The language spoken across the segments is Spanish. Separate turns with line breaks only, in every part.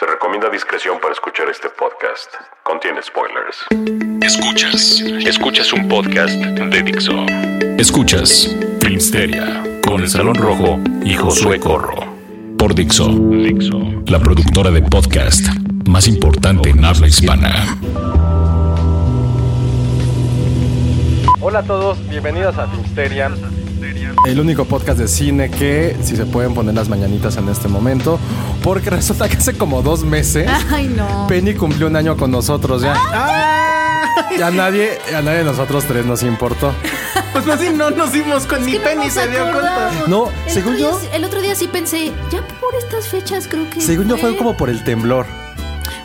Se recomienda discreción para escuchar este podcast. Contiene spoilers.
Escuchas, escuchas un podcast de Dixo. Escuchas Filmsteria con el Salón Rojo y Josué Corro. Por Dixo, Dixo, la productora de podcast más importante en habla hispana.
Hola a todos, bienvenidos a Filmsteria. El único podcast de cine que, si se pueden poner las mañanitas en este momento, porque resulta que hace como dos meses
Ah.
Ay, no.
Penny cumplió un año con nosotros ya. ¡Ah! Y a nadie, a nadie de nosotros tres nos importó.
Pues más bien no nos dimos con ni
No
penny,
nos
se dio cuenta.
acordamos.
No,
El
según
otro
yo-
día- el otro día sí pensé, ya por estas fechas creo que.
Según yo fue como por el temblor.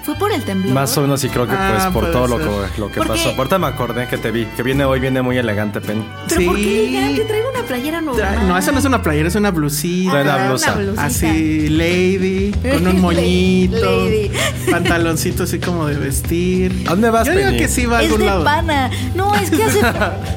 Fue por el temblor.
Más o menos y creo que pues
Ah,
por
puede
todo lo
ser.
que, lo que
Porque-
pasó. Ahorita me acordé que te vi, que viene hoy, viene muy elegante Penny.
Pero ¿por qué dijeron que
Sí.
traigo una playera
Tra-
normal?
No, esa no es una playera, es una blusita.
Trae la
Ah,
blusa.
Una blusita.
Así, lady, con un moñito,
Lady.
pantaloncito así como de vestir.
¿A dónde vas,
Yo digo
Penny?
que sí va a
Es
algún
de
lado.
pana. No, es que hace.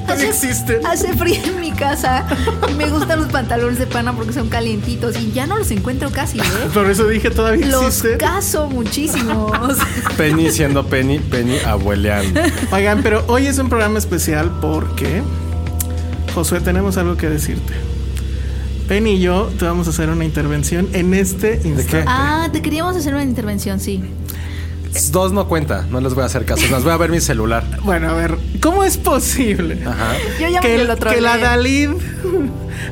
hace
existen.
Hace frío en mi casa. Y me gustan los pantalones de pana porque son calientitos. Y ya no los encuentro casi, ¿eh?
Por eso dije, todavía
Los
existe.
caso muchísimo. O sea,
Penny siendo Penny, Penny abueleando.
Oigan, pero hoy es un programa especial porque, Josué, tenemos algo que decirte. Penny y yo te vamos a hacer una intervención en este instante.
qué?
Ah, te queríamos hacer una intervención, sí.
Dos no cuenta, no les voy a hacer caso, las voy a ver mi celular.
Bueno, a ver, ¿cómo es posible
Ajá.
Yo ya
que,
me
el-
lo
que la
troleé.
Dalí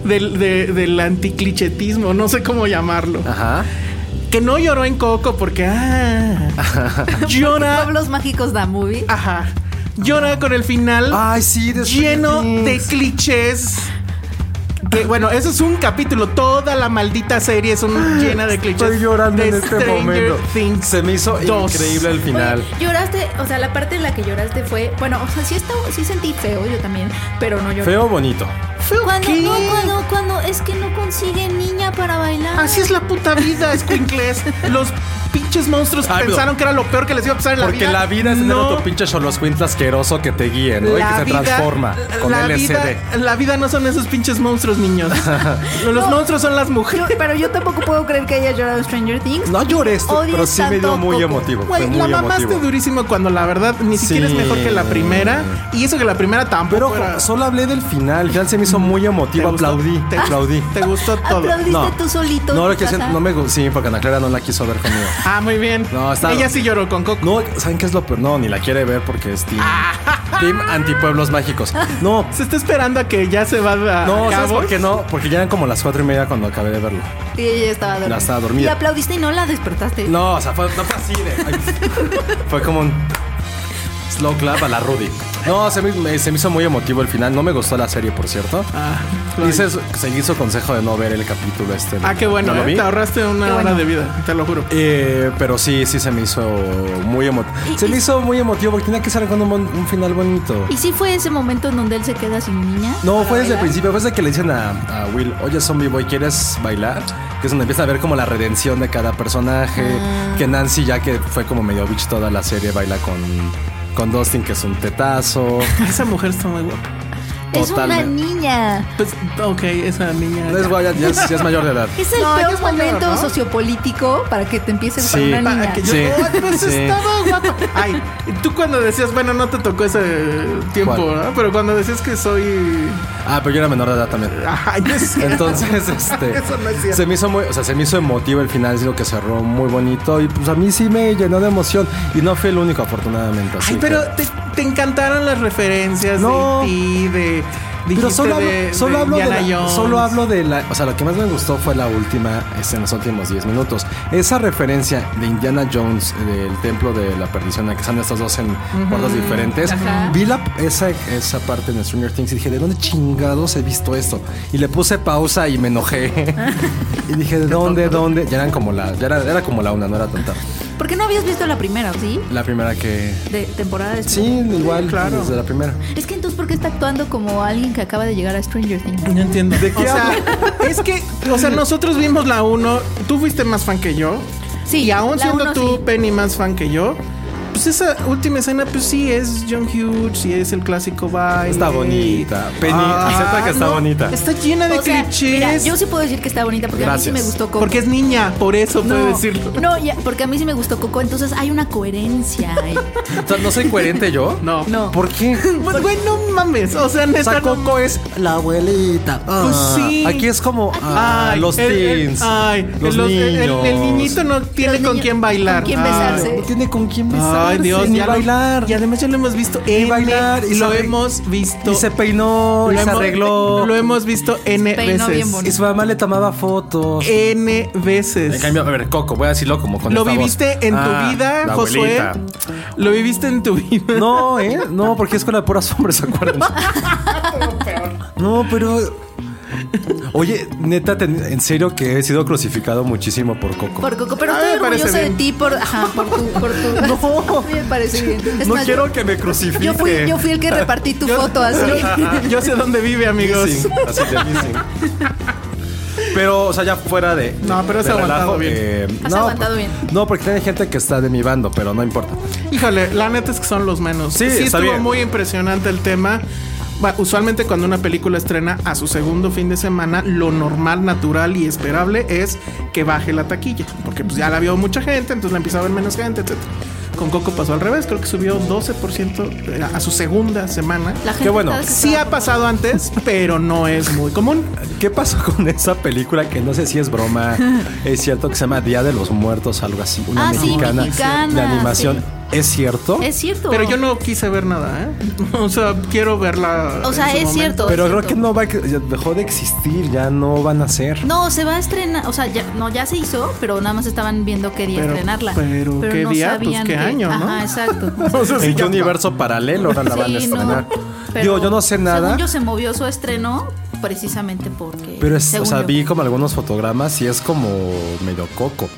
del, de- del anticlichetismo, no sé cómo llamarlo,
Ajá.
que no lloró en Coco porque ah, llora,
Pueblos mágicos da movie.
ajá, llora con el final
Ay, sí, de
lleno
Stranger
de
Things.
clichés. Que bueno, eso es un capítulo. Toda la maldita serie es un, llena de clichés.
Ah, Estoy llorando
de
en este
Stranger
momento.
Things
Se me hizo
2.
increíble el final.
Oye, lloraste, o sea, la parte en la que lloraste fue, bueno, o sea, sí, está, sí sentí feo yo también, pero no lloré.
Feo o bonito.
Cuando,
¿Qué?
no, cuando, cuando, es que no consigue niña para bailar.
Así es la puta vida, escuincles. Los pinches monstruos
Ay, pero-
pensaron que era lo peor que les iba a pasar en la
Porque
vida.
la vida es tener
no.
otro pinche soloscuintle asqueroso que te guíe, ¿no? y que se transforma con
la
LSD.
Vida, la vida no son esos pinches monstruos, niños. Los monstruos son las
Yo-
mujeres.
pero yo tampoco puedo creer que haya llorado Stranger Things.
No lloré esto,
Odies
pero sí me dio
tanto
muy
Coco.
emotivo.
Güey,
Fue muy
la mamaste
emotivo.
durísimo cuando la verdad ni siquiera
Sí.
es mejor que la primera. Y eso que la primera tampoco.
Pero
era-
solo hablé del final, ya se me hizo muy
¿Te
emotivo.
gustó?
Aplaudí,
¿Te-
aplaudí.
Te gustó todo.
Aplaudiste tú solito.
No,
en
lo
tu
que
casa.
no me gustó. Sí, porque Ana Clara no la quiso ver conmigo.
Ah, muy bien.
No, está-
Ella sí lloró con Coco.
No, ¿saben qué es lo peor? No, ni la quiere ver porque es Team, team Antipueblos Mágicos. No,
Se está esperando a que ya se va a.
no, ¿sabes
a Cabos.
por qué no? Porque ya eran como las cuatro y media cuando acabé de verlo.
Sí, ella estaba dormida.
Ya estaba dormida.
Y aplaudiste y no la despertaste.
No, o sea, fue, no fue así de. ay, fue como un slow clap a la Rudy. No, se me, me- se me hizo muy emotivo el final. No me gustó la serie, por cierto.
Ah,
Dice, se hizo consejo de no ver el capítulo este.
ah, qué bueno.
No lo
eh,
vi.
Te ahorraste una
Qué
hora
bueno.
de vida, te lo juro.
Eh, pero sí, sí se me hizo muy emotivo.
Y-
Se
y-
me hizo muy emotivo porque tenía que ser con un, bon- un final bonito.
Y sí fue ese momento en donde él se queda sin niña.
No,
para
fue desde el
bailar.
principio, fue desde que le dicen a, a Will, oye zombie boy, ¿quieres bailar? Que es donde empieza a ver como la redención de cada personaje,
Ah.
que Nancy ya que fue como medio bitch toda la serie, baila con, con Dustin, que es un tetazo.
Esa mujer está muy guapa.
Es una
Totalmente.
niña.
Pues, ok, esa niña.
No es guay, ya, ya es, ya es mayor de edad.
Es el
No, ya
peor
es mayor,
momento
¿no?
sociopolítico para que te empieces
Sí.
con una
Para
niña.
que yo-
Sí.
¡Ay, pues
Sí.
estaba guapa! Ay, tú cuando decías, bueno, no te tocó ese tiempo,
¿Cuál?
¿verdad? Pero cuando decías que soy
Ah, pero yo era menor de edad también.
Ay, no es cierto.
Entonces, este.
Eso no es cierto.
Se me hizo muy, o sea, se me hizo emotivo el final, es lo que cerró muy bonito. Y pues a mí sí me llenó de emoción. Y no fui el único, afortunadamente. así
Ay,
que-
pero te, te encantaron las referencias
No.
de ti, de.
Pero
dijiste
solo hablo,
de-
solo,
de
hablo de
Indiana
la,
Jones.
solo hablo de la. O sea, lo que más me gustó fue la última este, en los últimos 10 minutos. Esa referencia de Indiana Jones, eh, del templo de la perdición, a que están estas dos en puertas diferentes. Vi la, esa, esa parte en Stranger Things y dije, ¿de dónde chingados he visto esto? Y le puse pausa y me enojé. y dije, ¿de dónde, dónde? Ya eran como la. Ya era, era como la una, no era tanta.
¿Por qué no habías visto la primera, sí?
La primera que.
De temporada de
Sí, igual,
claro.
desde la primera.
Es que entonces, ¿por qué está actuando como alguien que acaba de llegar a Stranger Things?
No entiendo. o sea, es que, o sea, nosotros vimos la 1, tú fuiste más fan que yo.
Sí,
Y aún
la
siendo
uno
tú,
sí.
Penny, más fan que yo, pues esa última escena, pues sí, es John Hughes, sí es el clásico baile.
Está bonita. Penny,
Ah,
acepta que está
no,
bonita.
Está llena de
O sea,
clichés.
mira, yo sí puedo decir que está bonita porque a mí sí
Gracias.
me gustó Coco.
Porque es niña, por eso puedo decirlo.
No, ya, porque a mí sí me gustó Coco, entonces hay una coherencia. eh, ahí.
O sea, ¿No soy coherente yo?
No.
No.
¿Por qué?
Pues, güey, no mames. O sea,
O
neta,
sea,
no-
Coco es la abuelita. Ah,
Pues sí.
Aquí es como ah,
Ay,
los
el- el-
teens.
ay,
los
los- el,
niños.
el- el niñito no tiene
Los
con
niños-
quién bailar. Ah,
con quién
Ay.
besarse.
No tiene con quién besarse.
Ay, Dios,
ni
ya lo-
bailar.
y además ya lo hemos visto
ni
en
bailar.
Y lo
se arreg-
hemos visto.
Y se peinó,
lo
y se
hemos-
arregló.
Lo hemos visto N
peinó
veces.
bien bonito.
y su mamá le tomaba fotos.
N veces.
En cambio, a ver, Coco, voy a decirlo como con
Eh, ¿Lo
esta voz.
viviste en tu
Ah,
vida,
la
Josué?
abuelita.
¿Lo viviste en tu vida?
No, ¿eh? No, porque es con la puras hombres, acuérdense. No, pero. Oye, neta, te- en serio que he sido crucificado muchísimo por Coco.
Por Coco, pero
A mí
estoy
me parece
orgullosa de
bien.
ti por, ajá, por tu, por tu.
No.
A mí me parece bien. Es
no
más,
quiero
yo,
que me crucifique.
yo fui, yo fui el que repartí tu foto así.
Yo sé dónde vive, amigos.
Dicen, así te dicen. Pero, o sea, ya fuera de.
No, pero has
de eh,
aguantado bien.
Has aguantado bien.
No, porque tiene gente que está de mi bando, pero no importa.
Híjole, la neta es que son los menos.
Sí, está
estuvo
bien.
muy impresionante el tema. Va, usualmente cuando una película estrena a su segundo fin de semana, lo normal, natural y esperable es que baje la taquilla. Porque pues ya la vio mucha gente, entonces la empieza a ver menos gente, etc. Con Coco pasó al revés, creo que subió 12% eh, a- a su segunda semana.
La gente
Qué bueno.
está
Sí
desesperada.
ha pasado antes, pero no es muy común.
¿Qué pasó con esa película que no sé si es broma? es cierto que se llama Día de los Muertos, algo así. Una
Ah, sí,
mexicana,
mexicana,
de animación. ¿Es cierto?
Es cierto.
Pero yo no quise ver nada, ¿eh? O sea, quiero verla.
O sea,
en su
es
momento.
cierto.
Pero creo
cierto.
que no va a, ya dejó de existir, ya no van a ser.
No, se va a estrenar, o sea, ya, no, ya se hizo, pero nada más estaban viendo qué día
Pero-
estrenarla.
pero qué
no
día, pues,
sabían
qué año, ¿no?
Ajá, exacto.
¿En qué universo paralelo ahora la van a
Sí, no,
estrenar?
pero
Digo, yo no sé nada.
Según yo se movió su estreno precisamente porque.
Pero es, o
según
sea,
yo.
vi como algunos fotogramas y es como medio coco.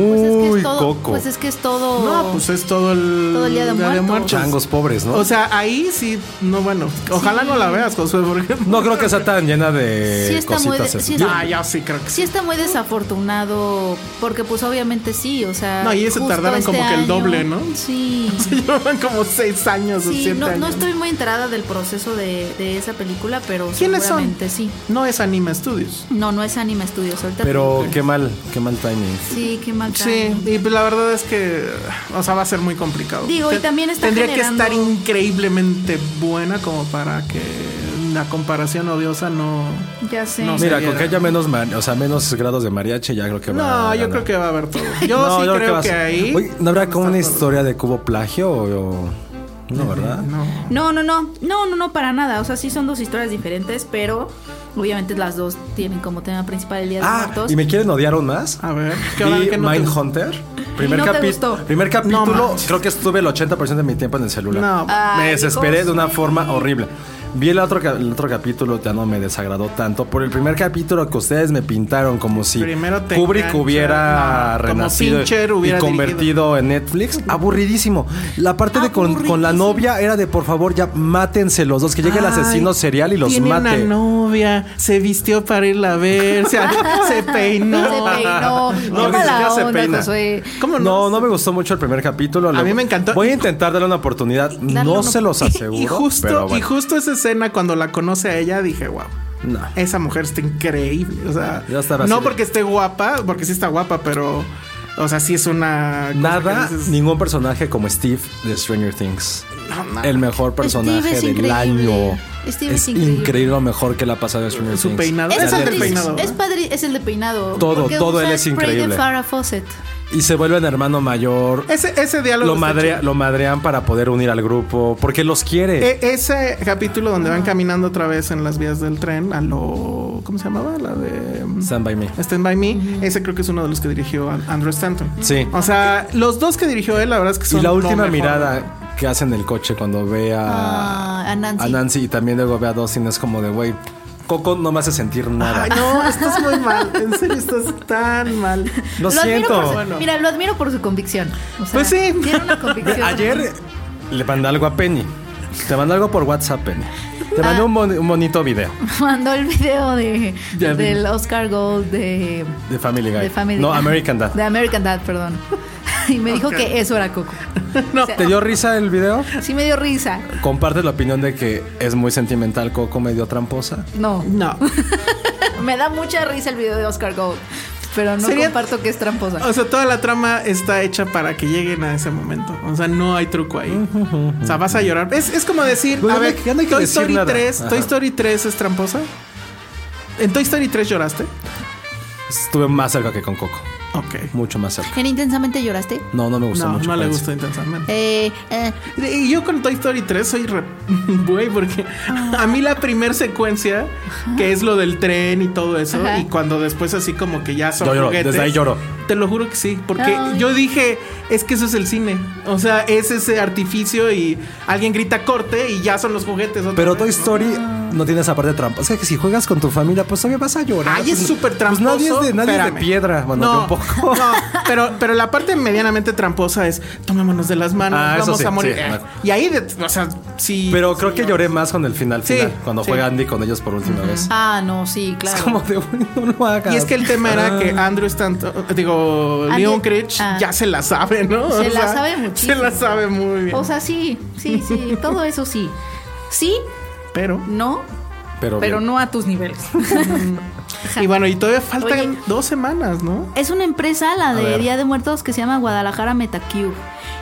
Muy
pues es que es todo.
coco.
Pues es que es todo.
No, pues es todo el.
Todo el Día de Muertos.
Changos pobres, ¿no?
Pues, O sea, ahí sí, no, bueno. Ojalá no la veas, Josué, porque.
no creo que sea tan llena de
Sí está muy
cositas.
de-
así.
sí está-
Ah, ya sí, creo que sí.
Sí está muy desafortunado, porque pues obviamente sí, o sea...
No, y ese
justo este
tardaron como que el doble, ¿no?
Sí.
Llevan como seis años o
Sí,
siete
no,
años.
no estoy muy enterada del proceso de, de esa película, pero
¿Quiénes son?
seguramente sí.
No es Anima Studios.
No, no es Anime Studios ahorita.
Pero qué mal, qué mal timing.
te- Sí, qué mal.
Sí,
timing.
y pues la verdad es que, o sea, va a ser muy complicado.
Digo, y
Te-
también está
Tendría
generando-
que estar increíblemente buena como para que la comparación odiosa no.
Ya sé.
No sé.
Mira,
Sí,
con
era.
que haya menos, ma- o sea, menos grados de mariachi, ya creo que va
No,
a
yo
ganar.
creo que va a haber todo. Yo
No,
sí
yo
creo
va a
que,
ser-
ahí.
Oye, ¿no habrá
van a
como una
estar todos.
historia de cubo plagio o- o- No, ¿verdad?
No.
No, no, no, no, no, no, para nada. O sea, sí son dos historias diferentes, pero obviamente las dos tienen como tema principal el Día de
Ah,
Muertos.
¿y me quieren odiar aún más?
A ver, ¿qué hora
Vi
que no te-
Mindhunter. Primer,
no te
capi-
gustó.
primer
No
capítulo,
manches.
creo que estuve el 80% de mi tiempo en el celular.
No.
Ay,
me desesperé de una
José.
forma horrible. Vi el otro, ca- el otro capítulo, ya no me desagradó tanto. Por el primer capítulo que ustedes me pintaron como si
Primero te
Kubrick
engancha,
hubiera
no, como
renacido y-
Fincher hubiera
y convertido en Netflix. Aburridísimo. La parte de con, con la
Aburridísimo.
novia era de por favor ya mátense los dos, que llegue el
Ay,
asesino serial y los
tiene
mate.
una novia, se vistió para irla a ver, se, se peinó.
Se
No,
peinó. Qué
ni
mala
siquiera se
onda,
peina.
Josué.
¿Cómo
No,
no?
no me gustó mucho el primer capítulo.
A
Le-
mí me encantó.
Voy a intentar darle una oportunidad. no
una-
se los aseguro.
y justo,
pero bueno.
y justo esa escena cuando la conoce a ella, dije, wow.
No.
Esa mujer está increíble. O sea,
Ya estará
no
así.
porque esté guapa, porque sí está guapa, pero. O sea, sí es una. cosa que
Nada,
dices, "Ah,
ningún personaje como Steve de Stranger Things. el mejor personaje
Steve es
del
increíble.
año.
Steve
es
es increíble.
increíble lo mejor que le ha pasado a Stranger
Su
Things.
peinado.
Es,
Es el del
padrísimo,
peinado.
es padri- es el de peinado.
Todo,
porque
todo
usa
él es
spray
increíble.
de Farrah Fawcett.
Y se vuelven hermano mayor.
Ese, ese diálogo.
Lo,
está
madrea- lo madrean para poder unir al grupo. Porque los quiere.
E- ese capítulo donde van caminando otra vez en las vías del tren a lo. ¿Cómo se llamaba? La de. mm,
Stand by me.
Stand By Me. Ese creo que es uno de los que dirigió An- Andrew Stanton.
Sí.
O sea, los dos que dirigió él, la verdad es que son.
Y la
lo
última
mejor.
mirada que hace en el coche cuando ve a,
Ah, a Nancy.
a Nancy y también luego ve a Dawson es como de, güey, Coco no me hace sentir nada.
Ay, no, estás muy mal. En serio, estás tan mal.
lo
admiro por
siento.
su- Mira, lo admiro por su convicción. O sea,
Pues sí.
Tiene una convicción.
Ayer le mandé algo a Penny. Te mandé algo por WhatsApp, Penny. Te mandé un, boni- un bonito video
mandó el video de,
Ya vi.
del Oscar Gold de,
de Family Guy.
de Family
no,
Guy.
American Dad.
De American Dad, perdón. Y me dijo que eso era Coco.
¿Te dio risa el video?
Sí me dio risa.
Comparte la opinión de que es muy sentimental Coco medio tramposa.
No,
No.
me da mucha risa el video de Oscar Gold, pero no
Sería-
comparto que es tramposa.
O sea, toda la trama está hecha para que lleguen a ese momento. O sea, no hay truco ahí. O sea, vas a llorar. Es, es como decir,
Bueno,
a
ya no
ver,
hay- Pues, ya no hay que
Toy
decir
Story
nada.
3,
Ajá.
Toy Story 3 es tramposa. ¿En Toy Story 3 lloraste?
Estuve más cerca que con Coco.
Ok.
Mucho más cerca.
¿En Intensamente lloraste?
No, no me gustó
No,
mucho.
no le
parece.
gustó intensamente.
Eh, eh,
Y yo con Toy Story 3 soy re güey porque a mí la primer secuencia que es lo del tren y todo eso
Ajá.
y cuando después así como que ya son
Yo lloro,
juguetes,
desde ahí lloro.
Te lo juro que sí, porque
Ay.
yo dije, es que eso es el cine, o sea, es ese artificio y alguien grita corte y ya son los juguetes. otra
Pero
vez,
Toy
¿no?
Story no tiene esa parte de trampa. O sea, que si juegas con tu familia, pues todavía vas a llorar.
Ay, es
Pues,
súper
pues,
tramposo.
nadie es de, nadie es de
Espérame.
piedra. Bueno, yo un poco.
No, pero, pero la parte medianamente tramposa es tomémonos de las manos,
Ah, eso
vamos
sí,
a morir.
sí,
Eh,
me acuerdo.
y ahí, de- o sea, sí.
Pero creo que lloré más con el final,
Sí,
final cuando
sí.
juega Andy con ellos por última vez.
ah, no, sí, claro.
Es como de, güey, no lo hagas. Ah.
Y es que el tema era que Andrew Stanton, digo,
Andy-
Leon Critch
ah.
ya se la sabe, ¿no?
Se la sabe muchísimo.
Se la sabe muy bien.
O sea, sí, sí, sí, todo eso sí. Sí,
pero.
no,
Pero,
pero
bien.
no a tus niveles.
Y bueno, y todavía faltan
Oye.
dos semanas, ¿no?
Es una empresa, la de
ver.
Día de Muertos, que se llama Guadalajara Metacube.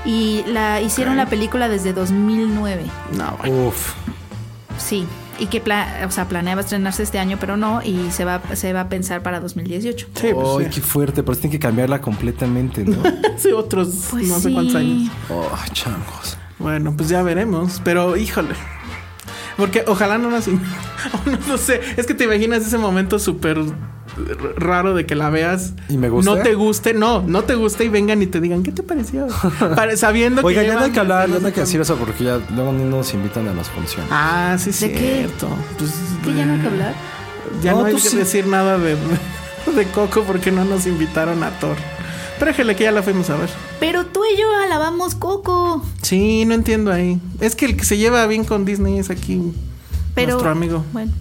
Y la hicieron la película desde 2009.
No,
Uf.
Sí. Y que pla- o sea, planeaba estrenarse este año, pero no. Y se va, se va a pensar para 2018.
Sí, pues,
Ay,
sí.
qué fuerte. Pero tienen que cambiarla completamente, ¿no?
Hace otros
Pues
no sé
sí.
cuántos años.
Ay, changos.
Bueno, pues ya veremos, pero híjole. Porque ojalá no nos... No sé, es que te imaginas ese momento súper raro de que la veas.
¿Y me guste?
No te guste, no, no te guste y vengan y te digan, ¿qué te pareció? Para- sabiendo que...
Oiga, ya no hay
llevan-
que hablar, ya no hay que decir eso porque ya luego no nos invitan a las funciones.
Ah, sí,
¿De qué?
cierto. Pues,
¿Qué ya no hay que hablar?
Ya
No,
no, hay
tú
que
sí.
decir nada de, de Coco porque no nos invitaron a Thor. Pero éjele que ya la fuimos a ver.
Pero tú y yo alabamos Coco.
Sí, no entiendo ahí. Es que el que se lleva bien con Disney es aquí
Pero,
nuestro amigo.
Bueno.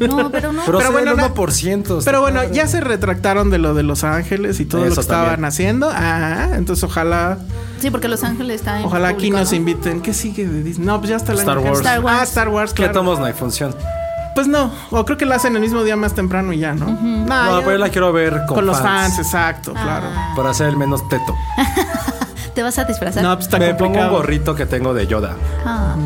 No, pero
Pero,
no.
Ah, Pero
bueno,
bueno,
el
na-
1%.
Pero bueno, ya se retractaron de lo de Los Ángeles y todo lo
Eso
que estaban
también.
haciendo. Ah, entonces ojalá,
sí, porque Los Ángeles está en.
ojalá aquí
público,
nos
¿no?
inviten. ¿Qué sigue de Disney? No, pues ya está la
Star Wars.
Star Wars.
Ah, Star Wars,
¿Qué
claro.
tomos no hay función?
Pues no, o creo que la hacen el mismo día más temprano y Ah, ya, ¿no? Nah,
No,
yo-
pero yo la quiero ver con,
con los fans, exacto,
Ah.
Para ser el menos teto.
¿Te vas a disfrazar?
claro. No, pues está
Me pongo un
complicado.
gorrito que tengo de Yoda.
Ah.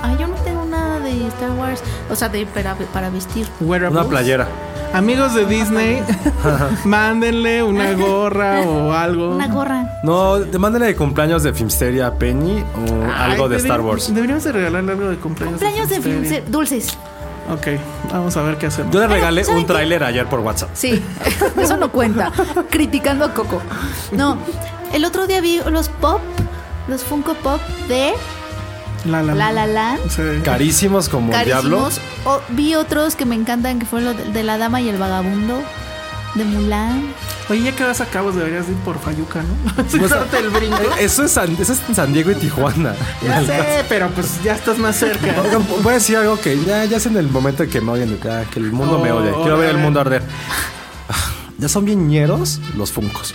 Ay, yo no tengo nada de Star Wars. O sea, de para, para vestir.
Wearables.
Una playera.
Amigos de Disney, mándenle una gorra o algo.
Una gorra.
No, de- mándale de cumpleaños de Filmsteria a Penny o
Ay,
algo de
deberi-
Star Wars.
Deberíamos de regalarle algo de cumpleaños.
Cumpleaños de
Filmsteria.
Filmsteria. Dulces.
Ok, vamos a ver qué hacemos.
Yo le regalé
¿saben
un
qué?
tráiler ayer por WhatsApp.
Sí, eso no cuenta. Criticando a Coco. No, el otro día vi los pop, los Funko Pop de
La la
La La Land.
Sí.
Carísimos como el diablo.
Carísimos. O- vi otros que me encantan, que fueron los de, de La Dama y el Vagabundo, de Mulan.
Oye, ya que vas a Cabos deberías ir por Fayuca, ¿no? Sí,
Pues,
darte el brinco.
eh, Eso es, San, eso es en San Diego y Tijuana.
Ya sé, pero pues ya estás más cerca.
Oigan, Voy a decir algo que ya, ya es en el momento que me oyen, ya que el mundo me
Oh,
odia. Quiero ver el
órale.
mundo arder. Ya son bien ñeros los funcos.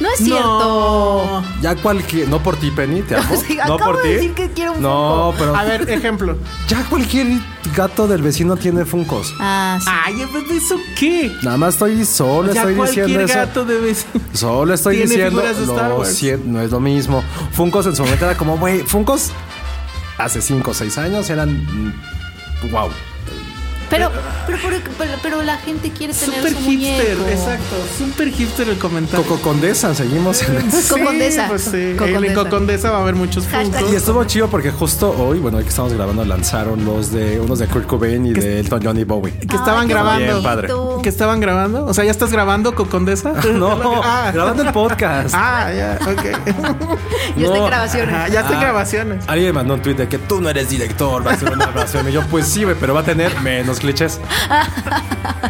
No es cierto.
Ya cualquier. No por ti, Penny, te amo.
Sí,
no
acabo
por
de
ti.
decir que quiero un
no, Oh, pero.
A ver, ejemplo.
Ya cualquier gato del vecino tiene funcos.
Ah, sí.
Ay, pues de eso qué.
Nada más estoy solo,
Ya
estoy diciendo
cualquier
eso.
gato debe ser.
Solo estoy
Tiene
diciendo.
figuras de Star
lo
Wars.
sien- no es lo mismo. Funcos en su momento era como, güey, Funcos hace 5 o 6 años eran. mm, ¡Wow!
Pero, pero, pero, pero, pero la gente quiere tener
Super
su
hipster,
muñeco.
exacto. Super hipster el comentario.
Coco Condesa, seguimos en el-
Sí,
Cocondesa.
pues sí. En
Cocondesa.
Cocondesa va a haber muchos
Hashtag
puntos.
Y estuvo chido porque justo hoy, bueno, hoy que estamos grabando, lanzaron los de unos de Kurt Cobain y de Elton John y Bowie.
Que estaban
Ay, qué
grabando.
Bien, padre.
bonito.
¿Que estaban grabando? O sea, ¿ya estás grabando Cocondesa?
No,
Ah.
grabando el podcast.
Ah, ya, ok.
Yo estoy
No.
en grabaciones.
Ajá, ya está en
Ah.
grabaciones.
Alguien me mandó un tweet de que tú no eres director, va a ser una grabación. Y yo, pues sí, güey, pero va a tener menos clichés.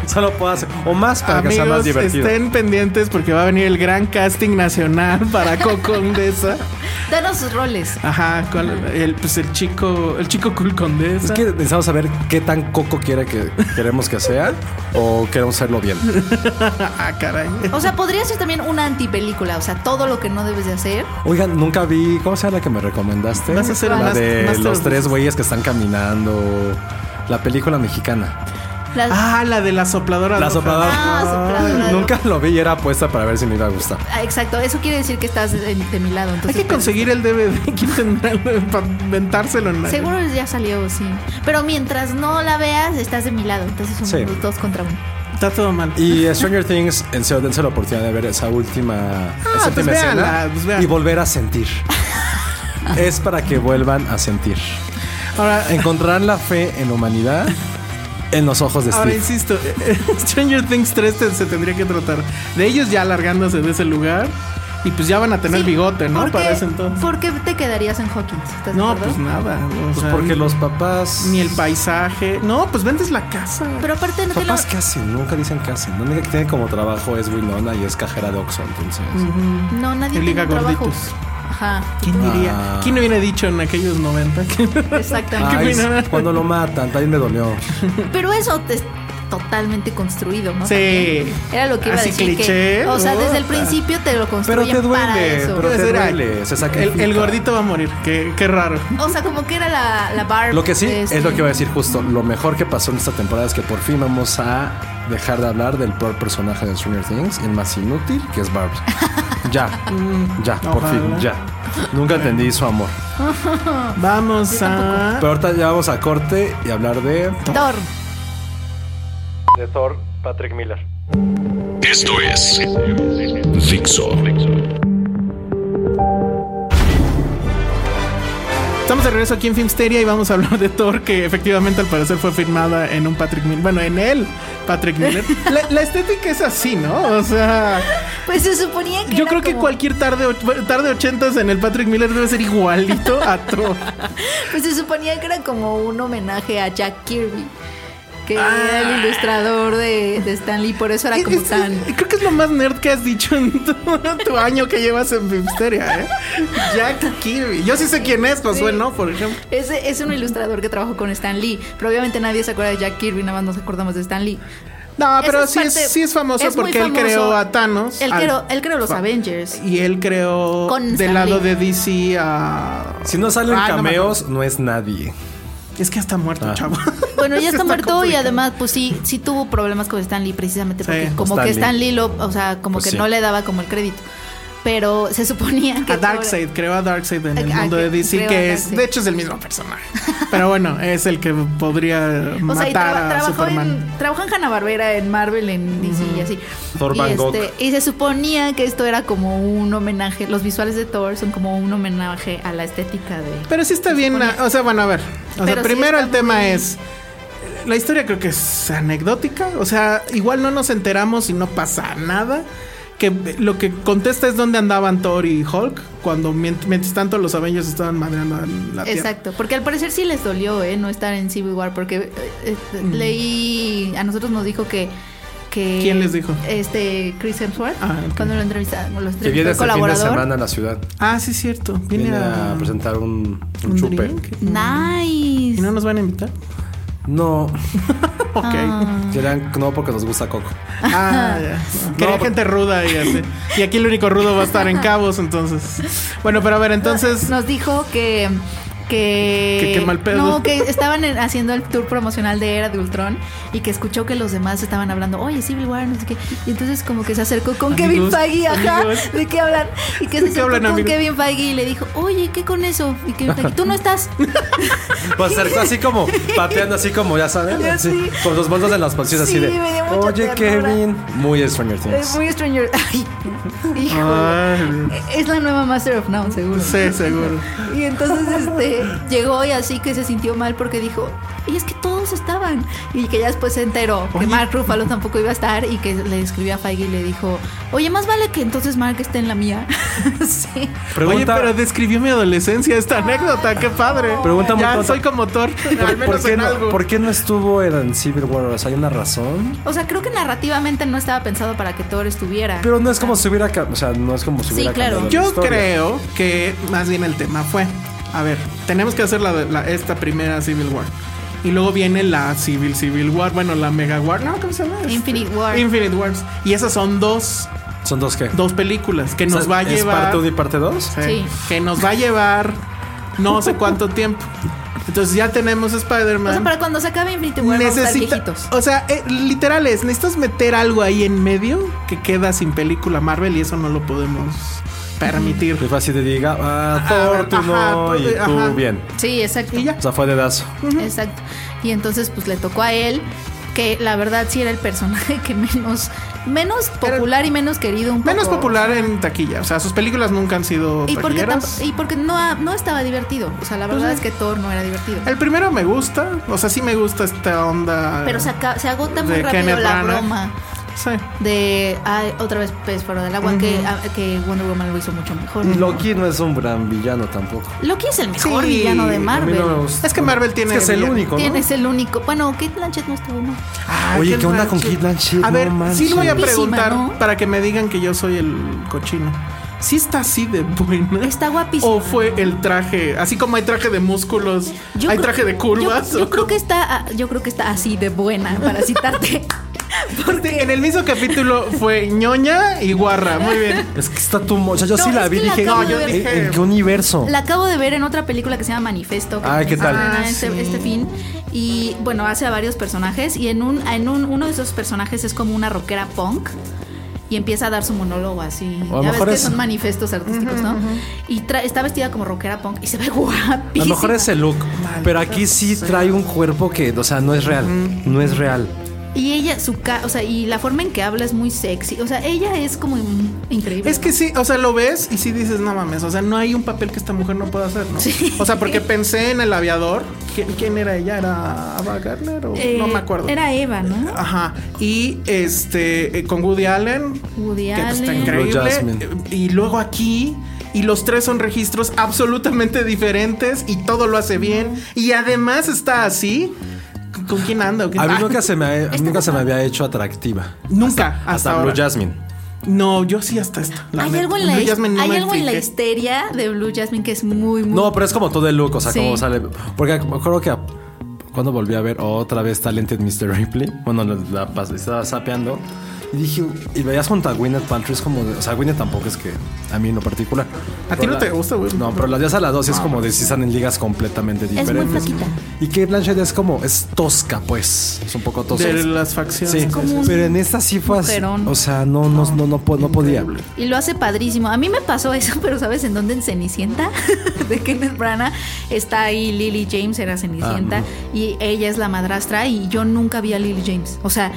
Solo puedo hacer. O más para que sea más
Amigos,
divertido.
estén pendientes porque va a venir el gran casting nacional para Cocondesa.
Danos sus roles.
Ajá, ¿cuál? El, pues el chico, el chico cool condesa.
Es que necesitamos saber qué tan coco quiere que queremos que sea o queremos hacerlo bien.
Ah, caray.
O sea, podría ser también una antipelícula. O sea, todo lo que no debes de hacer.
Oigan, nunca vi. ¿Cómo se llama la que me recomendaste?
Vas a hacer un
la
mas-
de
Master
los
of
tres
Puzzles.
güeyes que están caminando. La película mexicana.
Las-
Ah, la de la sopladora.
La
roja.
sopladora.
Ah, sopladora.
Nunca lo vi y era apuesta para ver si me iba a gustar.
Ah, Exacto, eso quiere decir que estás de, de mi lado.
Hay
Entonces, pues,
que conseguir el DVD. ¿Quién tendrá el- para inventárselo en la-
Seguro ya salió, sí. Pero mientras no la veas, estás de mi lado. Entonces somos
Sí.
los dos contra uno.
Está todo mal.
Y Stranger Things, en serio, dense la oportunidad de ver esa última, esa
pues
última
véanla,
escena
pues véanla.
y volver a sentir. es para que vuelvan a sentir.
Ahora,
Encontrarán la fe en la humanidad en los ojos de
ahora
Steve.
insisto, Stranger Things 3 te- se tendría que tratar de ellos ya alargándose de ese lugar. Y pues ya van a tener
Sí,
bigote, ¿no?
¿por
Para
qué-
ese entonces.
¿Por qué te quedarías en Hawkins? ¿Estás de
No,
acuerdo?
pues nada. o
Pues
sea,
porque los papás.
Ni el paisaje. No, pues vendes la casa.
Pero aparte no te lo...
Papás que hacen, nunca dicen que hacen. La única que tiene como trabajo es Winona y es cajera de Oxxo, entonces.
No, nadie
El
tiene
Liga
trabajo.
Gorditos.
Ajá,
¿Quién diría? ¿Quién no hubiera dicho en aquellos 90?
exactamente.
Ay,
Winona.
cuando lo matan, también me dolió.
Pero eso te es totalmente construido, ¿no?
Sí.
Era lo que iba
Así
a decir. que-
cliché,
o sea, desde el
puta.
principio te lo
Pero
construyen
te
para
duele,
eso.
pero te
Ese era-
duele. Se saca
El, el gordito va a morir. Qué, qué raro.
O sea, como que era la, la bar.
Lo que sí
de este-
es lo que iba a decir justo. Lo mejor que pasó en esta temporada es que por fin vamos a dejar de hablar del peor personaje de Stranger Things, el más inútil, que es Barb. Ya, ya, por fin,
ojalá.
ya. Nunca entendí su amor.
Vamos a.
Pero ahorita ya vamos a corte y hablar de.
Thor.
De Thor, Patrick Miller.
Esto es Dixo.
Estamos de regreso aquí en Filmsteria y vamos a hablar de Thor, que efectivamente al parecer fue firmada en un Patrick Miller. Bueno, en él, Patrick Miller. La, la estética es así, ¿no? O sea,
Pues se suponía que.
yo
era
creo que
como-
cualquier tarde, och- tarde ochentas en el Patrick Miller debe ser igualito a Thor.
Pues se suponía que era como un homenaje a Jack Kirby. Que era
Ah.
el ilustrador de, de Stan Lee, por eso era como
Es- es-
tan.
creo que es lo más nerd que has dicho en todo tu año que llevas en Filmsteria, ¿eh? Jack Kirby. Yo sí sé quién es, Josué,
Sí.
¿no? Por ejemplo.
Es, es un ilustrador que trabajó con Stan Lee, pero obviamente nadie se acuerda de Jack Kirby, nada más nos acordamos de Stan Lee.
No,
Esa
pero sí,
parte-
es, sí es famoso
muy
porque él
famoso.
creó a Thanos.
Él
al-
creó, él creó los
fa-
Avengers.
Y él creó
Con
del
Stan
lado
Lee.
de DC a.
Si no salen
Ay, Ah, no me
cameos, Ah. no, es nadie.
acuerdo. es que ya está muerto, chavo.
Bueno, ya está, muerto y
complicado.
además, pues sí, sí tuvo problemas con Stan Lee precisamente
Sí,
porque
con
como
Stan
que
Lee.
Stan Lee lo, o sea, como
Pues
que
sí.
no le daba como el crédito. Pero se suponía que
A Darkseid, creó a Darkseid en el
Ah,
mundo de
que-
DC,
creó a
que es,
Darkseid.
de hecho, es el mismo personaje. Pero bueno, es el que podría
O sea, y
matar
traba-
a
trabajó
Superman.
en, trabajó en Hanna Barbera, en Marvel, en DC y así.
Thor
y, este,
Van Gogh.
y se suponía que esto era como un homenaje, los visuales de Thor son como un homenaje a la estética de...
Pero sí está bien,
suponía.
ah, o sea, bueno, a ver. O
Pero
sea,
sí
primero
está
el tema
muy-
es. La historia creo que es anecdótica. O sea, igual no nos enteramos y no pasa nada. Que lo que contesta es dónde andaban Thor y Hulk cuando mient- mientras tanto los Avengers estaban madreando a la Tierra.
Exacto, porque al parecer sí les dolió, ¿eh? No estar en Civil War, porque eh, eh, leí, a nosotros nos dijo que... que
¿Quién les dijo?
Este, Chris Hemsworth,
Ah, ok.
cuando lo entrevistaron, lo
Que viene
entrevistó
este
el
fin de
colaborador.
semana a la ciudad.
Ah, sí, es cierto. Viene,
Viene
a,
a presentar un, un
un
chupe.
drink. ¿Y
Nice.
no nos van a invitar?
No,
Ok.
Ah.
dirán no porque nos gusta Coco.
Ah, ya. Quería gente ruda y así. Y aquí el único rudo va a estar en Cabos, entonces. Bueno, pero a ver, entonces.
Nos dijo que que...
Que qué mal pedo.
No, que estaban en- haciendo el tour promocional de Era de Ultron y que escuchó que los demás estaban hablando, oye, Civil War, no sé qué. Y entonces como que se acercó con Kevin
Amigos,
Feige, ajá,
amigos.
¿de qué hablan? Y que
¿De
se
qué
acercó
hablan,
con
amigos?
Kevin Feige y le dijo, oye, ¿qué con eso? Y Kevin Feige, tú no estás.
Pues acercó así como pateando, así como ya saben,
Ya
así,
sí.
con los bolsos en las bolsillos,
Sí,
así de.
me dio mucha
Oye,
ternura".
Kevin. Muy Stranger
Es
Things.
muy Stranger. Ay, hijo.
Ay,
Es la nueva Master of None, seguro.
Ah. sí, seguro.
Y entonces este llegó y así que se sintió mal porque dijo, y es que todos estaban. Y que ya después se enteró que
Oye.
Mark Ruffalo tampoco iba a estar y que le escribió a Feige y le dijo, oye, más vale que entonces Mark esté en la mía. sí.
Pregunta-
Oye, pero describió mi adolescencia esta anécdota, qué padre.
Pregunta muy
ya
tonta.
soy como Thor, al
¿Por,
menos
por qué
en
no,
algo.
por qué no estuvo en Civil War? O sea, ¿Hay una razón?
O sea, creo que narrativamente no estaba pensado para que Thor estuviera.
Pero no es como si hubiera. ca- O sea, no es como si
Sí,
hubiera.
claro.
cambiado la
Yo
historia.
creo que más bien el tema fue, a ver, tenemos que hacer la, la- esta primera Civil War. Y luego viene la Civil Civil War, bueno, la Mega War, no, ¿cómo se llama? Este,
Infinite War.
Infinite Wars. Y esas son dos,
¿Son dos qué?
dos películas que
O
nos
sea,
va a llevar...
¿Es parte 1 y parte 2?
Sí.
Sí.
Que nos va a llevar no sé cuánto tiempo. Entonces ya tenemos
o sea,
Spider-Man.
para cuando se acabe Infinity War vamos a estar
Necesita-
viejitos.
o sea, eh, literal es, necesitas meter algo ahí en medio que queda sin película Marvel y eso no lo podemos permitir.
Y fue así de diga, ah, Thor, tú
ajá,
no,
Thor,
y tú
ajá.
bien.
Sí, exacto.
Y ya.
O sea, fue dedazo.
Exacto. Y entonces pues le tocó a él, que la verdad sí era el personaje que menos, menos popular y menos querido un poco.
Menos popular en taquilla. O sea, sus películas nunca han sido
Y porque,
taquilleras.
tampo- y porque no, ha- no estaba divertido. O sea, la verdad es que Thor no era divertido.
Pues El primero me gusta. O sea, sí me gusta esta onda.
Pero se, aca- se agota muy
de
rápido
Kenneth
la
Branagh.
broma
Sí.
de ay, otra vez pez fuera del agua que, a- que Wonder Woman lo hizo mucho mejor.
Loki no es un gran villano tampoco.
Loki es el mejor
Sí,
villano de
a mí
A mí
Marvel.
no me gusta.
Es que Marvel tiene
Es que es el
villano.
único, ¿no?
Tienes el único. Bueno, Kate Blanchett no estuvo mal.
Ay,
Oye,
Kate
¿qué onda con Kate Blanchett?
A
No
ver, sí le voy a
manches.
preguntar
Guapísima, ¿no?
para que me digan que yo soy el cochino. ¿Sí está así de buena?
Está guapísima.
¿O fue el traje? Así como hay traje de músculos,
Yo
hay
creo-
traje de curvas.
Yo, yo
¿o
creo
cómo?
que está, ah, yo creo que está así de buena para citarte. Porque
En el mismo capítulo fue ñoña y guarra. Muy bien.
Es que está tu... mo- O sea, yo
No,
sí la
es
vi
que
y
la
dije,
acabo
"¿En-
de ver".
¿en, qué universo?
la acabo de ver en otra película que se llama Manifesto. Que
Ay, ¿qué tal?
estrena
Ah,
este,
sí.
este fin. Y bueno, hace a varios personajes. Y en un, en un- uno de esos personajes es como una rockera punk. Y empieza a dar su monólogo así.
O a lo
ya ves
mejor
que
es-
son manifestos artísticos, ¿no? Y tra- está vestida como rockera punk y se ve guapísima.
A lo mejor es el look, pero aquí sí trae un cuerpo que, o sea, no es real. No es real.
Y ella, su ca o sea, y la forma en que habla es muy sexy. O sea, ella es como in- increíble.
Es que sí, o sea, lo ves y sí dices, no mames, o sea, no hay un papel que esta mujer no pueda hacer, ¿no? O sea, porque pensé en el aviador. ¿Quién, quién era ella? ¿Era Ava Gardner o
Eh,
no me acuerdo?
Era Eva, ¿no?
Ajá. Y este, eh, con Woody Allen.
Woody
que pues, está
Allen.
increíble.
Blue Jasmine.
Eh, Y luego aquí. Y los tres son registros absolutamente diferentes y todo lo hace bien. Y además está así. ¿Con quién anda? o qué?
A mí
Ah,
nunca se me, ha- a mí nunca se me había hecho atractiva.
Nunca. Hasta,
Hasta
ahora.
Blue Jasmine.
No, yo sí hasta esto. la
Hay
neta.
algo en la,
Blue
his-
Jasmine no
hay
me
algo en la
fijé.
histeria de Blue Jasmine que es muy, muy.
No, pero es como todo el look, o sea,
Sí.
como sale. Porque me acuerdo que a- cuando volví a ver otra vez Talented Mr. Ripley, bueno, la, la pas- estaba sapeando y dije, y veías junto a Gwyneth Paltrow, es como, de- o sea, Gwyneth tampoco es que a mí en lo particular.
¿A ti
Pero
no
la-
te gusta, güey?
No, pero las veías a las dos y es como de si están en ligas completamente
muy
diferentes.
flaquita.
Y que Blanchett es como, es tosca, pues, es un poco tosca.
De las facciones.
Sí, pero en esta sí fue así.
mujerón.
O sea, no, no, no, no, po- no podía.
Y lo hace padrísimo. A mí me pasó eso, pero ¿sabes en dónde? En Cenicienta de Kenneth Branagh. Está ahí Lily James, era
Ah,
Cenicienta. Y ella es la madrastra. Y yo nunca vi a Lily James. O sea,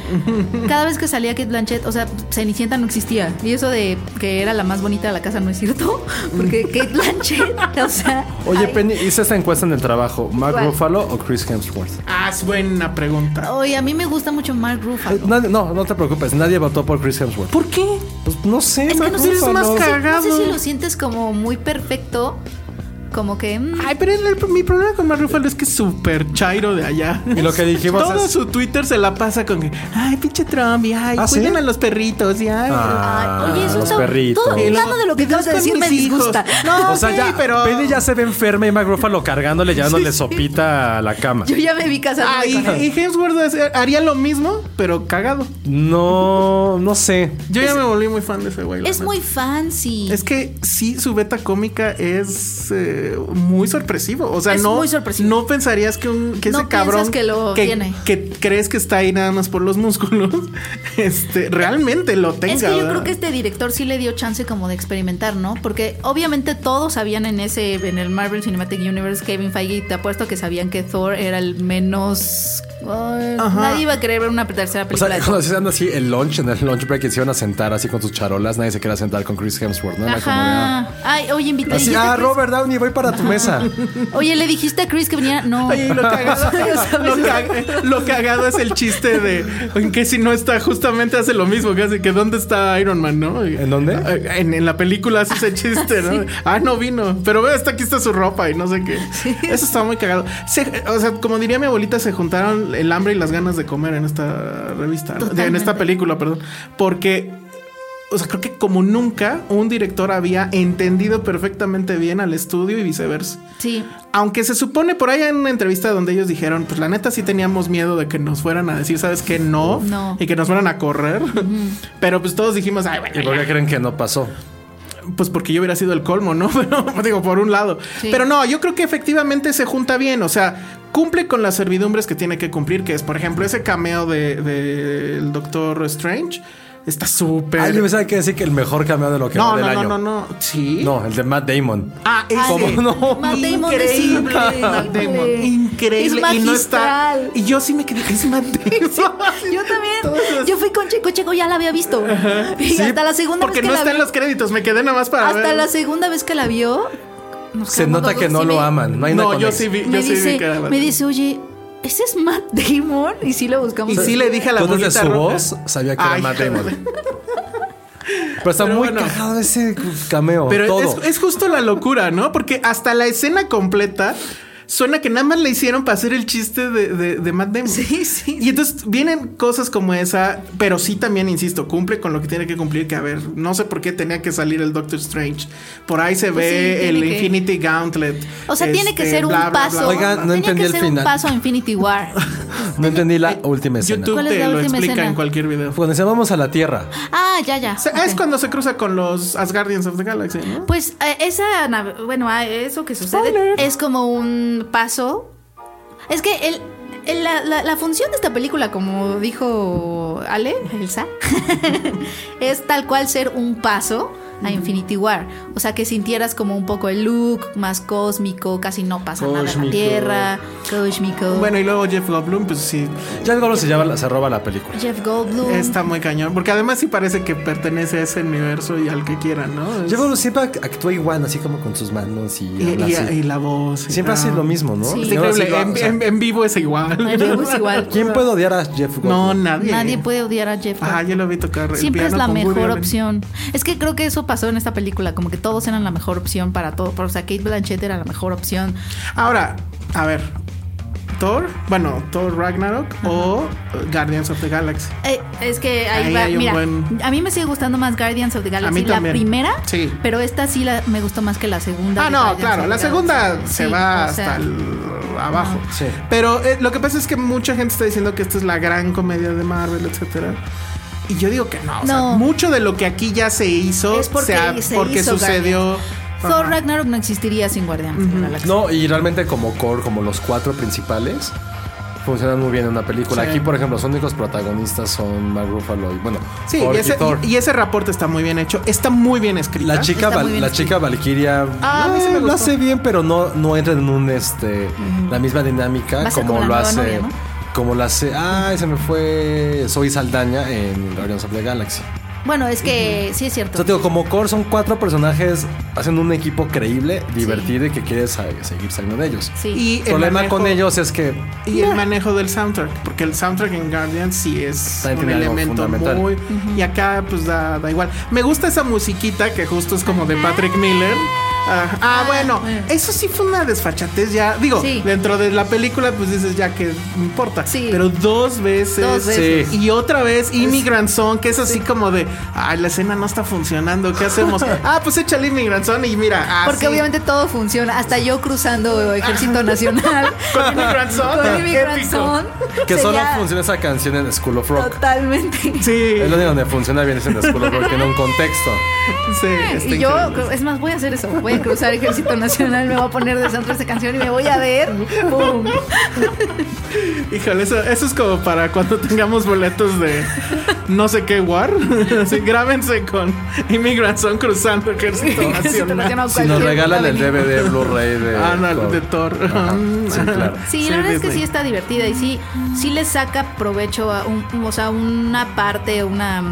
cada vez que salía Kate Blanchett, o sea, Cenicienta no existía. Y eso de que era la más bonita de la casa no es cierto. Porque Kate Blanchett, o sea.
Oye,
ay,
Penny, hice esta encuesta en el trabajo. ¿Mark
¿Cuál?
Ruffalo o Chris Hemsworth?
Ah, es buena pregunta.
Oye, a mí me gusta mucho Mark Ruffalo.
Eh, nadie- no, no te preocupes, nadie votó por Chris Hemsworth.
Ah, ¿Por qué?
Pues no sé,
Es que
Mark
no sé,
es
Ruffalo.
más
no sé-
cagado.
no sé si lo sientes como muy perfecto, como que... mm,
Ay, pero el- mi problema con Mark Ruffalo es que es súper chairo de allá.
Y lo que dijimos
Todo
es-
su Twitter se la pasa con que, ay, pinche Trump, y ay,
¿Ah, sí?
cuiden a los perritos, y ay.
Ah,
Ay, oye, eso
los
está-
perritos.
todo- Ah,
y
nada
luego,
de lo que acabas de
"Están
decir
mis
me
hijos".
disgusta.
No,
O sea,
sí,
ya
pero.
Penny ya se ve enferma y Mark Ruffalo cargándole, llevándole sopita a la cama.
Yo ya me vi casando
Ah, y,
con él.
y Hemsworth hace- haría lo mismo, pero cagado.
No, no sé.
Yo ya me volví muy fan de ese güey. la
Es
neta.
muy fancy.
Es que sí, su beta cómica es. eh, eh, muy sorpresivo. O sea,
Es
no,
muy sorpresivo.
no pensarías que, un, que
No
ese cabrón
piensas que lo
que,
tiene.
que crees que está ahí nada más por los músculos, este, realmente lo tenga.
es que yo
¿verdad?
creo que este director sí le dio chance como de experimentar, ¿no? Porque obviamente todos sabían en ese, en el Marvel Cinematic Universe, Kevin Feige, te apuesto que sabían que Thor era el menos. Ay,
Ajá.
nadie iba a querer ver una tercera
O
película.
sea,
de Thor.
cuando se anda así el lunch, en el lunch break y se iban a sentar así con sus charolas, nadie se quería sentar con Chris Hemsworth, ¿no? Era como de, ah,
Ajá. Ay, oye, invité.
Así,
dijiste
ah,
a Chris-
Robert Downey, voy para tu mesa.
Oye, le dijiste a Chris que venía. No.
Oye, y lo cagado, lo, cag- lo cagado es el chiste de en que si no está, justamente hace lo mismo, que hace que dónde está Iron Man, ¿no? Ah,
¿En dónde?
En, en la película hace ese chiste, ¿no? Ah, no vino, pero ve, está aquí está su ropa y no sé qué. Eso está muy cagado. Se- o sea, como diría mi abuelita, se juntaron el hambre y las ganas de comer en esta revista, ¿no? De- en esta
Totalmente.
película, perdón, porque o sea, creo que como nunca un director había entendido perfectamente bien al estudio y viceversa.
Sí.
Aunque se supone por ahí en una entrevista donde ellos dijeron, pues la neta sí teníamos miedo de que nos fueran a decir, ¿sabes qué? No.
No.
Y que nos fueran a correr. Pero pues todos dijimos, ay,
¿Y
bueno,
por qué creen que no pasó?
pues porque yo hubiera sido el colmo, ¿no? Pero pues, digo, por un lado.
Sí.
Pero no, yo creo que efectivamente se junta bien. O sea, cumple con las servidumbres que tiene que cumplir, que es, por ejemplo, ese cameo del de, del Doctor Strange. Está súper.
Alguien me sabe que decir que el mejor cameo de lo que va
No,
del
no, no,
año.
no, no. Sí.
No, el de Matt Damon.
Ah, ese.
¿Cómo no?
Matt Damon es
increíble.
increíble.
Matt Damon, increíble.
Es
y no está.
magistral.
Y yo sí me quedé. Es Matt Damon.
Yo también. Yo fui con Checo, Checo ya la había visto. Y
Sí,
hasta la segunda
Porque
vez que
no
la
está en
vi-
los créditos. Me quedé nada más para
Hasta
ver.
la segunda vez que la vio. nos
Se
quedamos
nota
los
que
dos
no
así
lo
de-
aman. No hay
No,
nada
yo
con
sí
eso.
vi. Yo
me
sí vi
dice,
que era Matt
me
Damon.
dice, oye, ¿ese es Matt Damon? Y sí lo buscamos.
Y sí le dije a la
Entonces,
bolita
su
roja.
voz sabía que
Ay,
era Matt
hija de-
Damon. Pero está
Pero
muy
bueno.
cagado ese cameo.
Pero
todo.
es, es justo la locura, ¿no? Porque hasta la escena completa suena que nada más le hicieron para hacer el chiste de, de, de Matt Damon.
Sí, sí.
Y entonces vienen cosas como esa, pero sí también, insisto, cumple con lo que tiene que cumplir, que a ver, no sé por qué tenía que salir el Doctor Strange. Por ahí se
Pues
ve
sí,
el
tiene que-
Infinity Gauntlet.
O sea, tiene que
este,
ser un
bla, bla, bla,
paso.
bla, bla.
Oigan, no
Tenía
entendí
que
el
ser
final.
un paso a Infinity War.
No entendí la última escena.
YouTube
¿Cuál es
te
la
lo
última
explica
escena?
en cualquier video.
Cuando se vamos a la Tierra.
Ah, ya, ya.
O sea, Es
Ok.
cuando se cruza con los Asgardians of the Galaxy, ¿no?
Pues eh, esa nave- bueno, ah, eso que sucede es como un paso. Es que el, el- la, la- la función de esta película, como dijo Ale, Elsa, es tal cual ser un paso a Infinity War. O sea, que sintieras como un poco el look más cósmico, casi no pasa nada en la
Cósmico.
Tierra, cósmico.
Bueno, y luego Jeff Goldblum, pues sí,
Ya luego se, llama, se roba la película.
Jeff Goldblum.
Está muy cañón, porque además sí parece que pertenece a ese universo y al que quieran, ¿no? Es-
Yo bueno, siempre act- actúa igual, así como con sus manos y,
y,
habla
y-
así.
y la voz. y
Siempre
tal.
hace lo mismo, ¿no?
Sí.
Es
Y ahora sí
increíble,
lo-
en,
o sea,
en- en vivo es
Ay,
igual.
luego es igual.
¿Quién puede odiar a Jeff Goldblum?
No, nadie.
Nadie puede odiar a Jeff
Ah,
Goldblum.
yo lo vi tocar. el
Siempre es
piano
la
con Woody
mejor
Allen.
opción. Es que creo que eso pasó en esta película, como que todos eran la mejor opción para todo. O sea, Kate Blanchett era la mejor opción.
Ahora, a ver. Thor, bueno, Thor Ragnarok o eh, Guardians of the Galaxy.
Eh, es que ahí,
Ahí
va.
hay un
Mira,
buen-
a mí me sigue gustando más Guardians of the Galaxy.
mí
la
también.
primera,
Sí.
pero esta sí la, me gustó más que la segunda.
Ah,
de
no,
Guardians
claro,
of
la
the
segunda
Galaxy.
se
Sí,
va
o sea,
hasta el- abajo.
Sí.
Pero eh, lo que pasa es que mucha gente está diciendo que esta es la gran comedia de Marvel, etcétera. Y yo digo que no, o sea,
No.
mucho de lo que aquí ya se hizo,
Es porque
sea-
se
porque
hizo
sucedió.
Thor
Ajá.
Ragnarok no existiría sin Guardians of the Galaxy.
No, y realmente como core, como los cuatro principales, funcionan muy bien en una película.
Sí.
Aquí, por ejemplo, los únicos protagonistas son Mark Ruffalo y, bueno,
Sí,
Hulk
y
y
ese,
Thor.
y ese reporte está muy bien hecho, está muy bien escrito.
la chica,
Está
Val-
muy bien
la
escrito.
chica Valkyria
Ah, a mí sí me
eh, lo
gustó.
hace bien, pero no, no entra en un este la misma
Va
dinámica
a ser
como,
como la
lo
nueva
hace
novia, ¿no?
como lo hace. Ay, se me fue Soy Saldaña en Guardians of the Galaxy.
Bueno, es que sí es
O
cierto.
sea, te digo, como core son cuatro personajes, hacen un equipo creíble, divertido y que quieres sa- seguir saliendo de ellos.
Sí.
Y
El problema
manejo-
con ellos es que
Y el manejo del soundtrack, porque el soundtrack en Guardians sí es
También
un
tiene algo
elemento
fundamental.
muy. Y acá, pues da, da igual. Me gusta esa musiquita que justo es como de Patrick Miller. Ah, ah, bueno, eso sí fue una desfachatez ya. Digo,
Sí.
dentro de la película, pues dices ya que no importa.
Sí.
Pero dos veces.
Dos
veces.
Y otra vez, Immigrant Song, que es así como de, ay, la escena no está funcionando, ¿qué hacemos? ah, pues échale Immigrant Song y mira. ah,
Porque
sí.
obviamente todo funciona. Hasta yo cruzando Ejército Nacional.
Con Immigrant Song.
Con Amy Grant
épico.
Son,
que solo
sería
funciona esa canción en School of Rock.
Totalmente.
Sí,
Ah,
Es lo único donde funciona bien es en School of Rock, tiene un contexto.
sí. está
y yo,
increíble.
es más, voy a hacer eso. Voy a de cruzar Ejército Nacional, me voy a poner de centro esta canción y me voy a ver. ¡Pum!
Híjole, eso, eso es como para cuando tengamos boletos de no sé qué war. Así, grábense con Immigrant Song cruzando Ejército
Ejército
Nacional.
Nacional,
Si nos
cualquier
regalan
puta
el
avenida.
DVD Blu-ray de.
Ah, no, de
Thor.
Thor.
Ajá, sí, claro.
Sí, la verdad es que sí
Disney.
está divertida y sí, sí le saca provecho a un, o sea, una parte, una,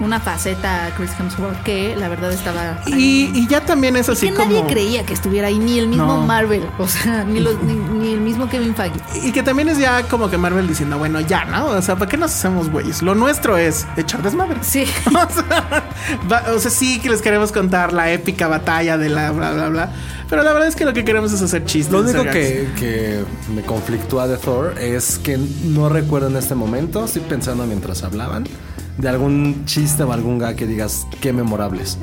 una faceta a Chris Hemsworth que la verdad estaba.
Y, y ya también es así
que
como.
nadie creía que estuviera ahí, ni el mismo
No.
Marvel, o sea, ni, los- ni, ni el mismo Kevin Feige.
Y que también es ya como que Marvel diciendo, bueno, ya, ¿no? O sea, ¿para qué nos hacemos güeyes? Lo nuestro es echar desmadre.
Sí.
O sea, va- o sea, sí que les queremos contar la épica batalla de la bla, bla, bla. Pero la verdad es que lo que queremos es hacer chistes.
Lo único
sagas.
que, que me conflictúa de Thor es que no recuerdo en este momento, estoy pensando mientras hablaban, de algún chiste o algún gag que digas qué memorables.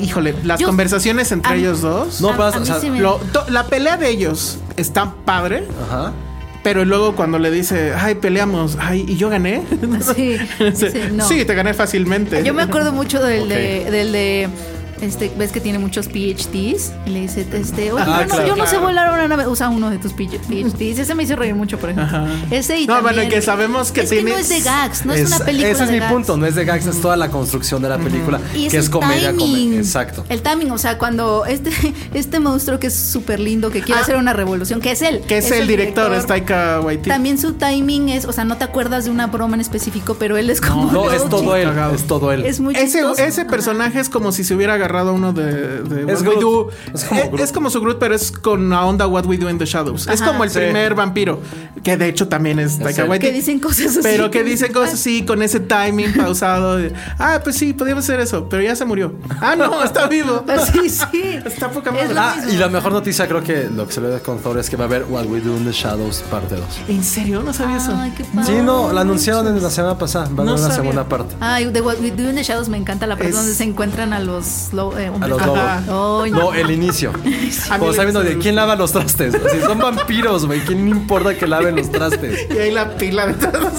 Híjole, las
Yo-
conversaciones entre
a-
ellos dos.
No,
A-
pasa,
a
o
mí
sea,
sí me-
Lo- to- la pelea de ellos está padre,
Ajá.
pero luego cuando le dice, ay, peleamos, ay, y yo gané.
Sí,
Sí,
sí, no.
te gané fácilmente.
Yo me acuerdo mucho del
Ok.
de, del de este, ves que tiene muchos PhDs y le dice, este, oye,
Ah,
yo, no,
claro.
yo no sé volar una nave, usa uno de tus PhDs. Ese me hizo reír mucho, por ejemplo. Ese y
No,
también-
bueno, que sabemos que
es
tiene-
que no es de gags, no es, una película.
Ese es
de
mi
gags.
punto, no es de gags, es toda la construcción de la película,
Y
que es
el
comedia,
timing.
comedia. Exacto.
El timing, o sea, cuando este, este monstruo que es súper lindo, que quiere
Ah.
hacer una revolución, que es él.
que es, el director, es Taika Waititi.
También su timing es, o sea, no te acuerdas de una broma en específico, pero él es como.
No, es
todo
todo él,
cagado.
es todo él.
chi- Es muy
Ese,
chistoso.
ese personaje es como si se hubiera agarrado a uno de, de
Es
What We
Groot.
Do.
Es
Es
como
como,
Groot.
es como su Groot, pero es con la onda What We Do in the Shadows. Es como el
Sí.
primer vampiro, que de hecho también es Taika
él.
Waititi.
Que dicen cosas así.
Pero que dice cosas así, con ese timing pausado. de, ah, pues sí, podíamos hacer eso, pero ya se murió. Ah, no, está vivo.
Ah, Sí, sí.
Está poca
Es
madre.
lo
Ah,
mismo.
y la mejor noticia creo que lo que se ve con Thor es que va a haber What We Do in the Shadows parte 2.
¿En serio? No sabía eso.
Ay, qué padre.
Sí, no, la anunciaron en la semana pasada, va a haber
No
una
sabía.
segunda parte.
Ay, de What We Do in the Shadows me encanta la parte
Es-
donde se encuentran a los, lo- eh,
A
hombres.
los
Ajá.
lobos.
Ay,
No, el inicio. Como está viendo de quién lava los trastes. O sea, son vampiros, güey. ¿Quién importa que laven los trastes?
Y ahí la pila de todos.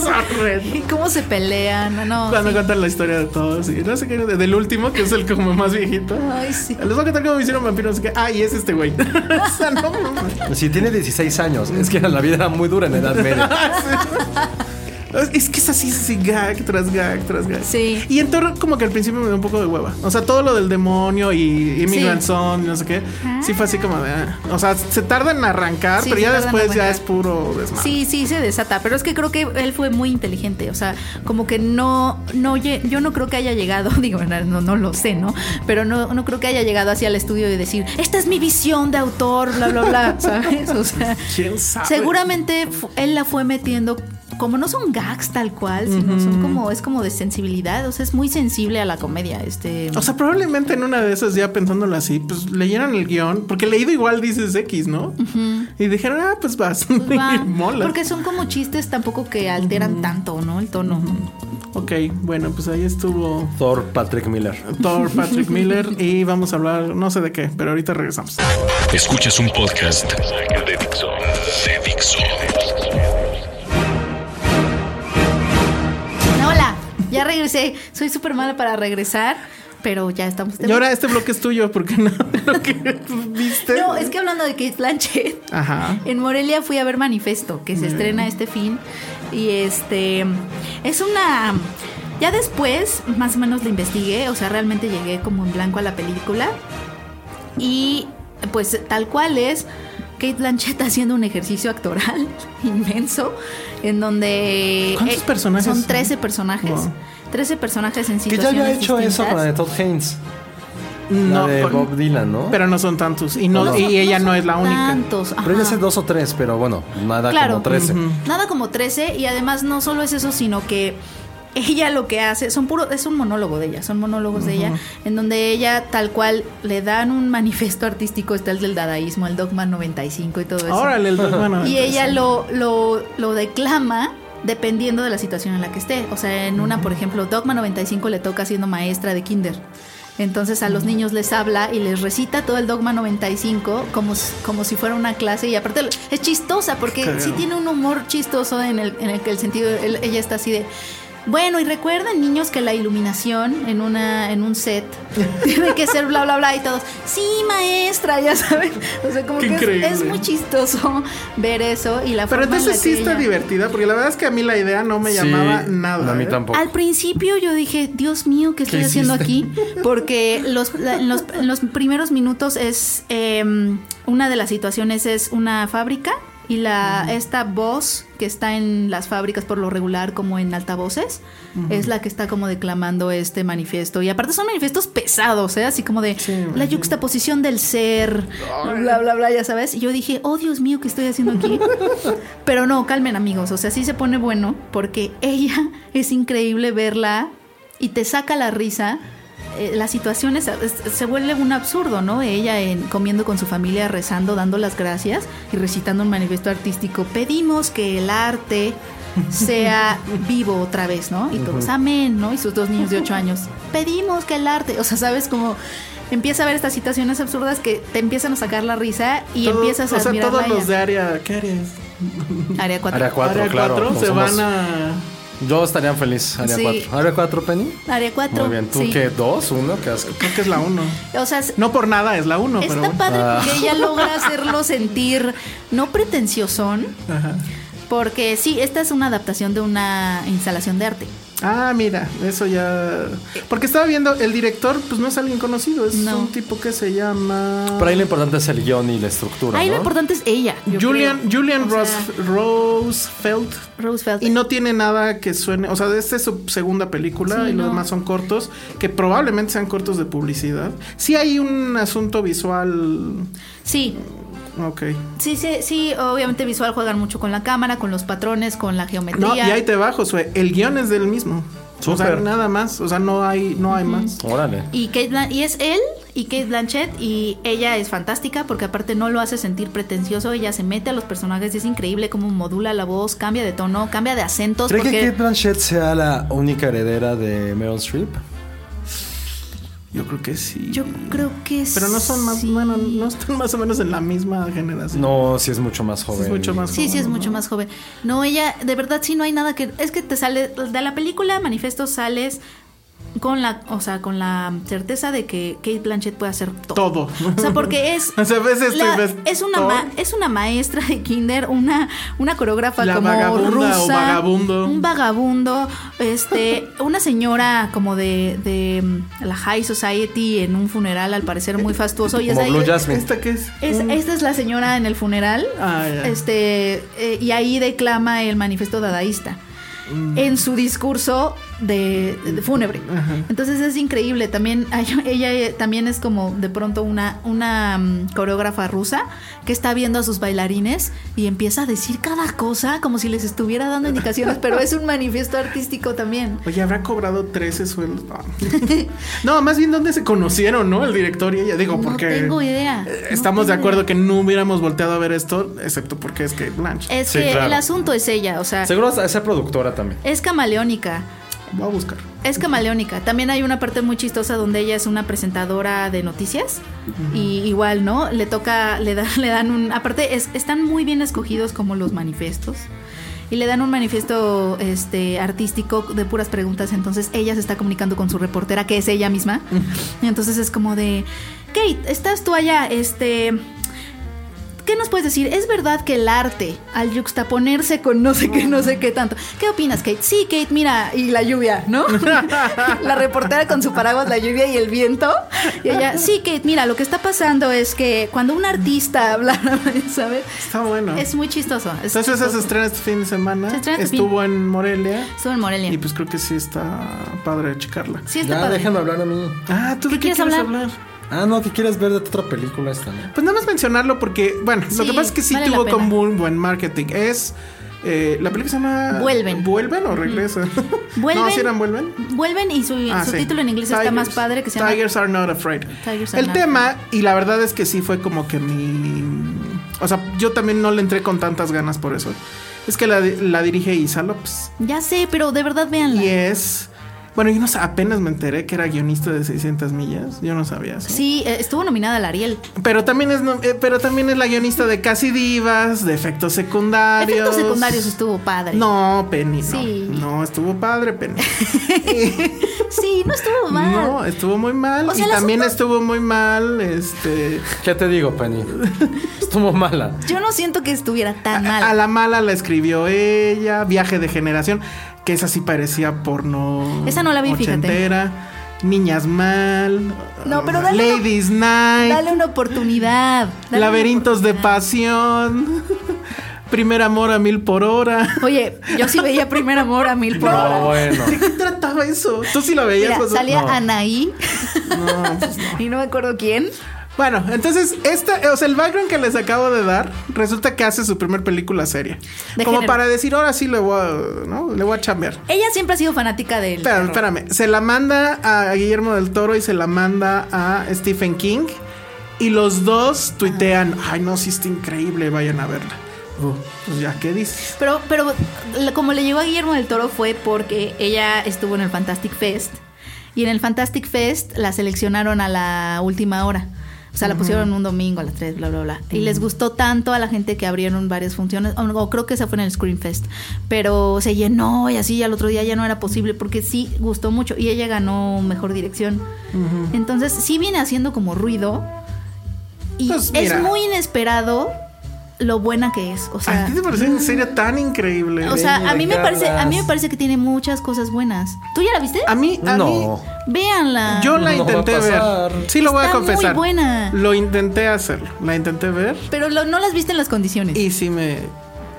¿Y ¿Cómo se pelean? No,
Cuando
Oh, sí.
cuentan la historia de todos. Y no sé qué, del último, que es el como más viejito.
Ay, sí.
Les voy a contar cómo me hicieron vampiro. no sé qué. Ah, y es este güey. O sea, no mames.
Si tiene 16 años, es que la vida era muy dura en edad media.
Es que es así, es así, gag tras gag tras gag.
Sí.
Y en Thor, como que al principio me dio un poco de hueva. O sea, todo lo del demonio y Immigrant
Sí.
Song y no sé qué. Sí fue así como de. ah. O sea, se tarda en arrancar,
Sí,
pero
se
ya
tarda en
después ya
arrancar.
es puro desmadre.
Sí, sí, se desata, pero es que creo que él fue muy inteligente, o sea, como que no, no, lle- yo no creo que haya llegado, digo, no, no lo sé, ¿no? Pero no, no creo que haya llegado hacia el estudio y decir, esta es mi visión de autor, bla, bla, bla, ¿sabes? O sea,
¿Quién sabe?
Seguramente fu- él la fue metiendo. Como no son gags tal cual, sino son como, es como de sensibilidad, o sea, es muy sensible a la comedia. Este.
O sea, probablemente en una de esas, ya pensándolo así, pues leyeron el guión, porque leído igual dices X, ¿no? Y dijeron, ah, pues vas.
pues va,
y mola.
Porque son como chistes tampoco que alteran tanto, ¿no? El tono.
Ok, bueno, pues ahí estuvo
Thor Patrick Miller.
Thor Patrick Miller y vamos a hablar, no sé de qué, pero ahorita regresamos.
Escuchas un podcast de Dixo. De Dixo.
Hola, ya regresé. Soy súper mala para regresar, pero ya estamos.
Y ahora este bloque es tuyo, porque no lo que viste.
No, es que hablando de Kate Blanchett.
Ajá.
En Morelia fui a ver Manifesto, que se
Mm.
estrena este fin. Y este. Es una. Ya después, más o menos la investigué, o sea, realmente llegué como en blanco a la película. Y pues tal cual es Kate Blanchett haciendo un ejercicio actoral inmenso, en donde. eh,
¿Cuántos personajes
Son
son?
13 personajes.
Wow.
13 personajes en
Que ya
situaciones
había hecho eso con la de
distintas.
Todd Haynes. La
No,
de
con-
Bob Dylan, ¿no?
pero no son tantos. Y no,
No, no.
y ella no es la única.
Tantos,
Pero ella
ajá.
hace dos o tres, pero bueno, nada
Claro.
como 13.
Nada como 13 y además no solo es eso, sino que ella lo que hace son puro es un monólogo de ella, son monólogos de ella en donde ella tal cual le dan un manifiesto artístico, está el del dadaísmo, el dogma 95 y todo eso.
Órale, el bueno,
Y ella lo, lo, lo declama dependiendo de la situación en la que esté. O sea, en una, por ejemplo, Dogma 95 le toca siendo maestra de kinder. Entonces a los niños les habla y les recita todo el Dogma 95 como, s- como si fuera una clase. Y aparte lo- es chistosa porque sí tiene un humor chistoso en el, en el que el sentido, el- ella está así de... Bueno, y recuerden, niños, que la iluminación en una en un set tiene que ser bla, bla, bla, y todos, sí, maestra, ya saben. O sea, como
Qué
que
increíble.
es- es, muy chistoso ver eso y la forma
Pero
en
entonces
la
sí
que
está
ella-
divertida, porque la verdad es que a mí la idea no me
Sí,
llamaba nada.
A mí
¿eh?
tampoco.
Al principio yo dije, Dios mío, ¿qué estoy haciendo aquí? Porque los, la- en los, en los primeros minutos es eh, una de las situaciones es una fábrica y la esta voz que está en las fábricas por lo regular como en altavoces es la que está como declamando este manifiesto y aparte son manifiestos pesados, ¿eh? así como de la yuxtaposición del ser, bla bla bla, ya sabes. Y yo dije, "Oh, Dios mío, ¿qué estoy haciendo aquí?" Pero no, calmen amigos, o sea, sí se pone bueno porque ella es increíble verla y te saca la risa. Eh, la situación es- es- se vuelve un absurdo, ¿no? Ella en- comiendo con su familia, rezando, dando las gracias y recitando un manifiesto artístico. Pedimos que el arte sea vivo otra vez, ¿no? Y todos, amén, ¿no? Y sus dos niños de ocho años. Pedimos que el arte, o sea, sabes como... Empieza a ver estas situaciones absurdas que te empiezan a sacar la risa y
Todo-
empiezas a
O sea,
admirarla
todos
a ella.
los de área. ¿Qué área es?
Área cuatro.
Área 4,
área
claro.
4
como
se
somos-
van a.
Yo estaría feliz, área
Sí.
4. ¿Área 4, Penny?
Área 4.
Muy bien. ¿Tú
sí.
qué? ¿Dos? ¿Uno? ¿Qué asco?
Creo que es la 1.
O sea, es-
No por nada es la 1, pero. ah.
está
bueno.
padre porque ella logra hacerlo sentir no pretenciosón, porque sí, esta es una adaptación de una instalación de arte.
Ah, mira, eso ya. Porque estaba viendo, el director, pues no es alguien conocido, es
No.
un tipo que se llama.
Pero ahí lo importante es el guión y la estructura.
Ahí
¿no?
lo importante es ella. yo
Julian,
creo.
Julian
O sea,
Ros- Roosevelt.
Roosevelt.
Y no tiene nada que suene. O sea, esta es su segunda película
Sí,
y
no.
los demás son cortos, que probablemente sean cortos de publicidad. Sí hay un asunto visual.
Sí,
Ok.
sí, sí, sí, obviamente visual juegan mucho con la cámara, con los patrones, con la geometría.
No, y ahí te bajo, Sue. El guión es del mismo. O sea,
Súper.
nada más. O sea, no hay, no hay más.
Órale.
Y, Kate Blan- y es él y Kate Blanchett y ella es fantástica porque aparte no lo hace sentir pretencioso, ella se mete a los personajes y es increíble cómo modula la voz, cambia de tono, cambia de acentos.
¿Cree que
porque-
Kate Blanchett sea la única heredera de Meryl Streep?
Yo creo que sí.
Yo creo que
Pero no son más,
sí.
bueno, no están más o menos en la misma generación.
No, sí es mucho más joven.
es mucho más
Sí, sí, es
joven,
mucho
¿no?
más joven. No, ella, de verdad, sí, no hay nada que... Es que te sale, de la película Manifesto sales con la, o sea, con la certeza de que Kate Blanchett puede hacer todo.
Todo.
O sea, porque es...
O sea, ves esto y
la-
ves
es, una
todo.
ma- es una maestra de kinder, una, una coreógrafa
La
como
vagabunda o
rusa.
vagabundo.
Un vagabundo. Este, una señora como de, de mm, la high society en un funeral, al parecer muy fastuoso. Y es
Como
ahí-
Blue Jasmine.
¿Esta qué es?
es-
Mm.
esta es la señora en el funeral.
Ah, ya.
Este, eh, y ahí declama el manifiesto dadaísta.
Mm.
En su discurso de, de fúnebre. Entonces es increíble. También hay- ella eh, también es como de pronto una, una mm, coreógrafa rusa que está viendo a sus bailarines y empieza a decir cada cosa como si les estuviera dando indicaciones, pero es un manifiesto artístico también.
Oye, habrá cobrado 13 sueldos. No. No, más bien dónde se conocieron, ¿no? El director y ella. Digo,
No
porque.
tengo idea.
eh,
No
Estamos de
tengo
acuerdo
idea.
que no hubiéramos volteado a ver esto, excepto porque es que Blanche.
Es
Sí,
que
claro.
el asunto es ella, o sea,
Seguro hasta esa productora también.
es camaleónica.
Voy a buscar.
Es camaleónica. También hay una parte muy chistosa donde ella es una presentadora de noticias. Y igual, ¿no? Le toca, le, da- le dan un... Aparte, es- están muy bien escogidos como los manifiestos. Y le dan un manifiesto este, artístico de puras preguntas. Entonces ella se está comunicando con su reportera, que es ella misma. Y entonces es como de... Kate, estás tú allá, este... ¿Qué nos puedes decir? ¿Es verdad que el arte, al yuxtaponerse con no sé qué, no sé qué tanto? ¿Qué opinas, Kate? Sí, Kate, mira, y la lluvia, ¿no? la reportera con su paraguas, la lluvia y el viento. Y ella, sí, Kate, mira, lo que está pasando es que cuando un artista habla, ¿sabes?
Está bueno.
Es muy chistoso. es
Entonces esa se
chistoso.
estrena este fin de semana.
Se estrena este fin.
Estuvo en Morelia.
Estuvo en Morelia.
Y pues creo que sí está padre checarla.
Sí, está
Ya,
padre.
déjame hablar a mí.
Ah, ¿tú de qué
¿Qué
quieres
quieres hablar?
hablar?
Ah, no, que quieres ver de tu otra película esta, ¿no?
Pues nada más mencionarlo porque, bueno, lo
Sí,
que pasa es que sí
vale la
tuvo
pena.
como un buen marketing. Es. eh, la película se llama.
Vuelven.
¿Vuelven o regresa?
Vuelven.
No, si eran vuelven.
Vuelven y su,
Ah,
su
sí.
título en inglés está
Tigers.
más padre que se llama...
Tigers Are Not Afraid.
Tigers Are
el
Not
tema, y la verdad es que sí fue como que mi. O sea, yo también no le entré con tantas ganas por eso. Es que la, la dirige Isa López.
Ya sé, pero de verdad véanla.
Y es. Bueno, yo no sé, apenas me enteré que era guionista de 600 millas. Yo no sabía eso.
Sí, eh, estuvo nominada al Ariel.
Pero también es, no- eh, pero también es la guionista de Casi Divas, de Efectos Secundarios.
Efectos secundarios estuvo padre.
No, Penny, no.
Sí.
No, estuvo padre, Penny.
Sí, no estuvo mal.
No, estuvo muy mal.
O sea,
y
el
también
asunto-
estuvo muy mal, este...
¿Qué te digo, Penny? Estuvo mala.
Yo no siento que estuviera tan mal.
A la mala la escribió ella, Viaje de Generación, que esa sí parecía porno.
Esa no la vi, fíjate.
ochentera, Niñas Mal. uh,
No, pero dale una-
Ladies Night.
Dale una oportunidad. dale
laberintos
una
de pasión. Primer amor a mil por hora.
oportunidad. Oye, yo sí veía Primer Amor a mil por hora.
No, bueno.
¿De qué trataba eso? Tú sí la veías.
Mira,
Josué?
salía
No.
Anaí. y no me acuerdo quién.
Bueno, entonces, esta, eh, o sea, el background que les acabo de dar, resulta que hace su primer película seria.
De
Como
género.
para decir, ahora sí le voy a, ¿no? Le voy a chambear.
Ella siempre ha sido fanática del.
Espérame, espérame. Se la manda a Guillermo del Toro y se la manda a Stephen King. Y los dos tuitean,
Ah.
ay no, sí está increíble, vayan a verla. Uh, pues ya, ¿qué dices?
Pero, pero la- como le llegó a Guillermo del Toro fue porque ella estuvo en el Fantastic Fest. Y en el Fantastic Fest la seleccionaron a la última hora. O sea, la pusieron un domingo a las 3, bla, bla, bla. Y les gustó tanto a la gente que abrieron varias funciones. O, o creo que esa fue en el Screen Fest. Pero se llenó y así, y al otro día ya no era posible porque sí gustó mucho. Y ella ganó mejor dirección. Entonces, sí viene haciendo como ruido. Y
Pues, mira.
es muy inesperado lo buena que es. O sea,
¿A ti te pareció en serio tan increíble?
Ah. o sea, a mí me
Venga,
parece, a mí me
Carlas.
parece que tiene muchas cosas buenas. ¿Tú ya la viste?
a mí, a
No.
mí,
Véanla.
yo la
No va a
intenté ver.
pasar.
Sí, lo voy a
Está muy
confesar.
buena.
Lo intenté hacer, la intenté ver
Pero lo- no las viste en las condiciones.
y sí me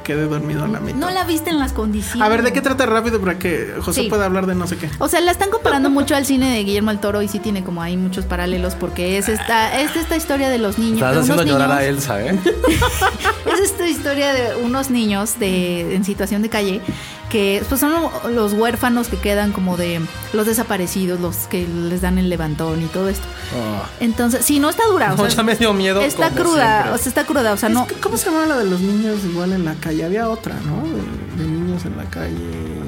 quedé dormido a la mitad.
No la viste en las condiciones.
A ver, ¿de qué trata rápido para que José
Sí.
pueda hablar de no sé qué?
O sea, la están comparando mucho al cine de Guillermo del Toro y sí tiene como ahí muchos paralelos porque es esta, es esta historia de los niños.
Estás
de unos
haciendo llorar
niños-
a Elsa, ¿eh?
Es esta historia de unos niños de, en situación de calle que pues, son los huérfanos que quedan como de los desaparecidos, los que les dan el levantón y todo esto.
Oh,
Entonces, sí, no está dura. o
No,
sea,
ya me dio miedo,
Está
como
cruda,
siempre.
o sea, está cruda. O sea, no.
Es que, ¿Cómo se llamaba la de los niños igual en la calle? Había otra, ¿no? De, de niños en la calle.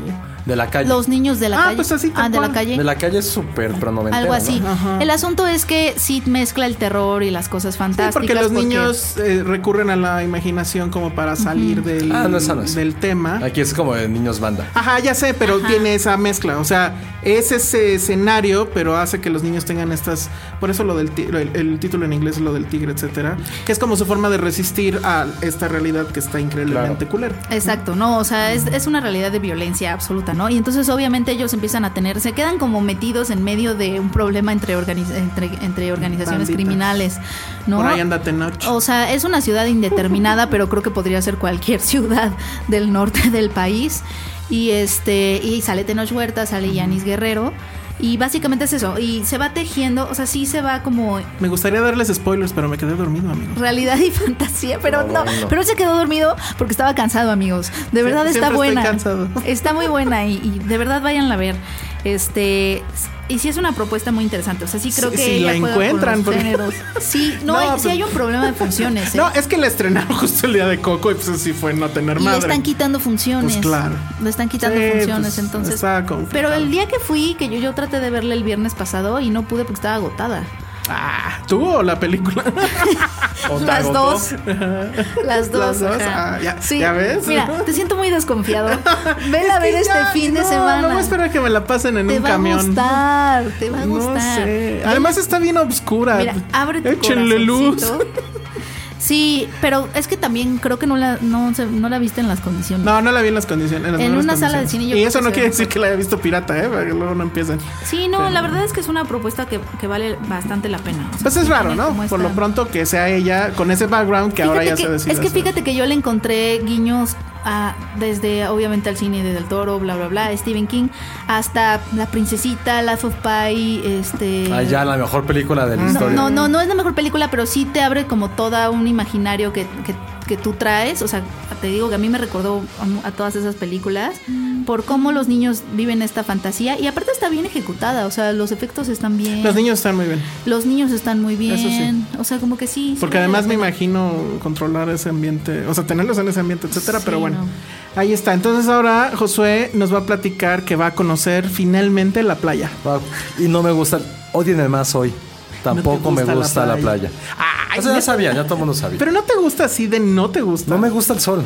De la calle.
Los niños de la
Ah,
calle.
pues así, tal
ah, de la
cual.
calle.
De la calle es súper pronoventera.
Algo
¿no?
así. El asunto es que sí mezcla el terror y las cosas
Sí,
fantásticas.
porque los niños eh, recurren a la imaginación como para salir del,
Ah, no, esa no es.
del tema.
Aquí es como de niños banda.
Ajá, ya sé, pero tiene esa mezcla. O sea, es ese escenario, pero hace que los niños tengan estas. Por eso lo del ti- el, el título en inglés es lo del tigre, etcétera. Que es como su forma de resistir a esta realidad que está increíblemente culera.
Exacto, no, o sea, es, es una realidad de violencia absoluta, ¿no? Y entonces obviamente ellos empiezan a tener, se quedan como metidos en medio de un problema entre, organiz- entre, entre organizaciones
Banditas.
criminales, ¿no?
Por ahí anda Tenoch.
O sea, es una ciudad indeterminada, pero creo que podría ser cualquier ciudad del norte del país. Y este, y sale Tenoch Huerta, sale Yanis Guerrero. Y básicamente es eso. Y se va tejiendo, o sea, sí se va como
Me gustaría darles spoilers, pero me quedé dormido, amigo.
realidad y fantasía, pero no, pero él se quedó dormido porque estaba cansado, amigos. De verdad
siempre
está
estoy
buena.
cansado.
Está muy buena y, y de verdad váyanla a ver. Este y sí es una propuesta muy interesante. O sea, sí creo
Sí,
que
sí,
ella
la
juega con
encuentran,
los
porque-
géneros. Sí, no,
No,
hay, sí
pues-
hay un problema de funciones. ¿eh?
No, es que la estrenaron justo el día de Coco y pues así fue no tener
y le
madre.
están quitando funciones.
Pues claro.
Le están quitando
Sí,
funciones,
pues,
entonces.
está complicado.
Pero el día que fui, que yo, yo traté de verla el viernes pasado y no pude porque estaba agotada.
Ah, ¿tú o la película?
¿O te
Las
agotó?
dos. Las dos.
Las dos,
ajá.
ah, ya- ¿ya ves?
Mira, te siento muy desconfiado. Vela a
Es que
ver este
ya,
fin de
no,
semana.
No voy a esperar a que me la pasen en
te
un
va
camión.
a gustar, te va a
No
gustar.
sé. Además está bien obscura.
Mira, abre tu
Échenle luz.
corazoncito. Sí, pero es que también creo que no la, no, se- no la viste en las condiciones.
No, no la vi en las condiciones. En, las
En
nuevas
una sala de
condiciones.
cine yo
Y
creo
eso
que se
no quiere
ve
decir que la haya visto pirata, ¿eh? Para que luego no empiecen.
Sí, no, la verdad es que es una propuesta que, que vale bastante la pena. O sea,
Pues es
tiene
raro, ¿no?
como
Por
esta-
lo pronto que sea ella con ese background que ahora
Fíjate
ya se
que-
decide.
Es que
hacer.
fíjate que yo le encontré guiños a- desde, obviamente, al cine de Del Toro, bla, bla, bla, Stephen King, hasta La Princesita, Life of Pi, este...
Ah, ya, la mejor película de la
no,
historia.
no, no, no es la mejor película, pero sí te abre como toda un imaginario que, que- que tú traes. O sea, te digo que a mí me recordó a, mu- a todas esas películas, por cómo los niños viven esta fantasía. Y aparte está bien ejecutada, o sea, los efectos están bien.
Los niños están muy bien.
Los niños están muy bien.
Eso sí.
O sea, como que sí. sí
Porque
vale
además
la
me
pena.
imagino controlar ese ambiente, o sea, tenerlos en ese ambiente, etcétera,
Sí,
pero bueno.
no.
Ahí está. Entonces ahora Josué nos va a platicar que va a conocer finalmente la playa.
Wow. Y no me gusta. Odien el más hoy. Tampoco me
gusta la
gusta la
playa.
playa. Eso ya sabía, ya todo el mundo sabía.
Pero no te gusta así de no te gusta.
no me gusta el sol.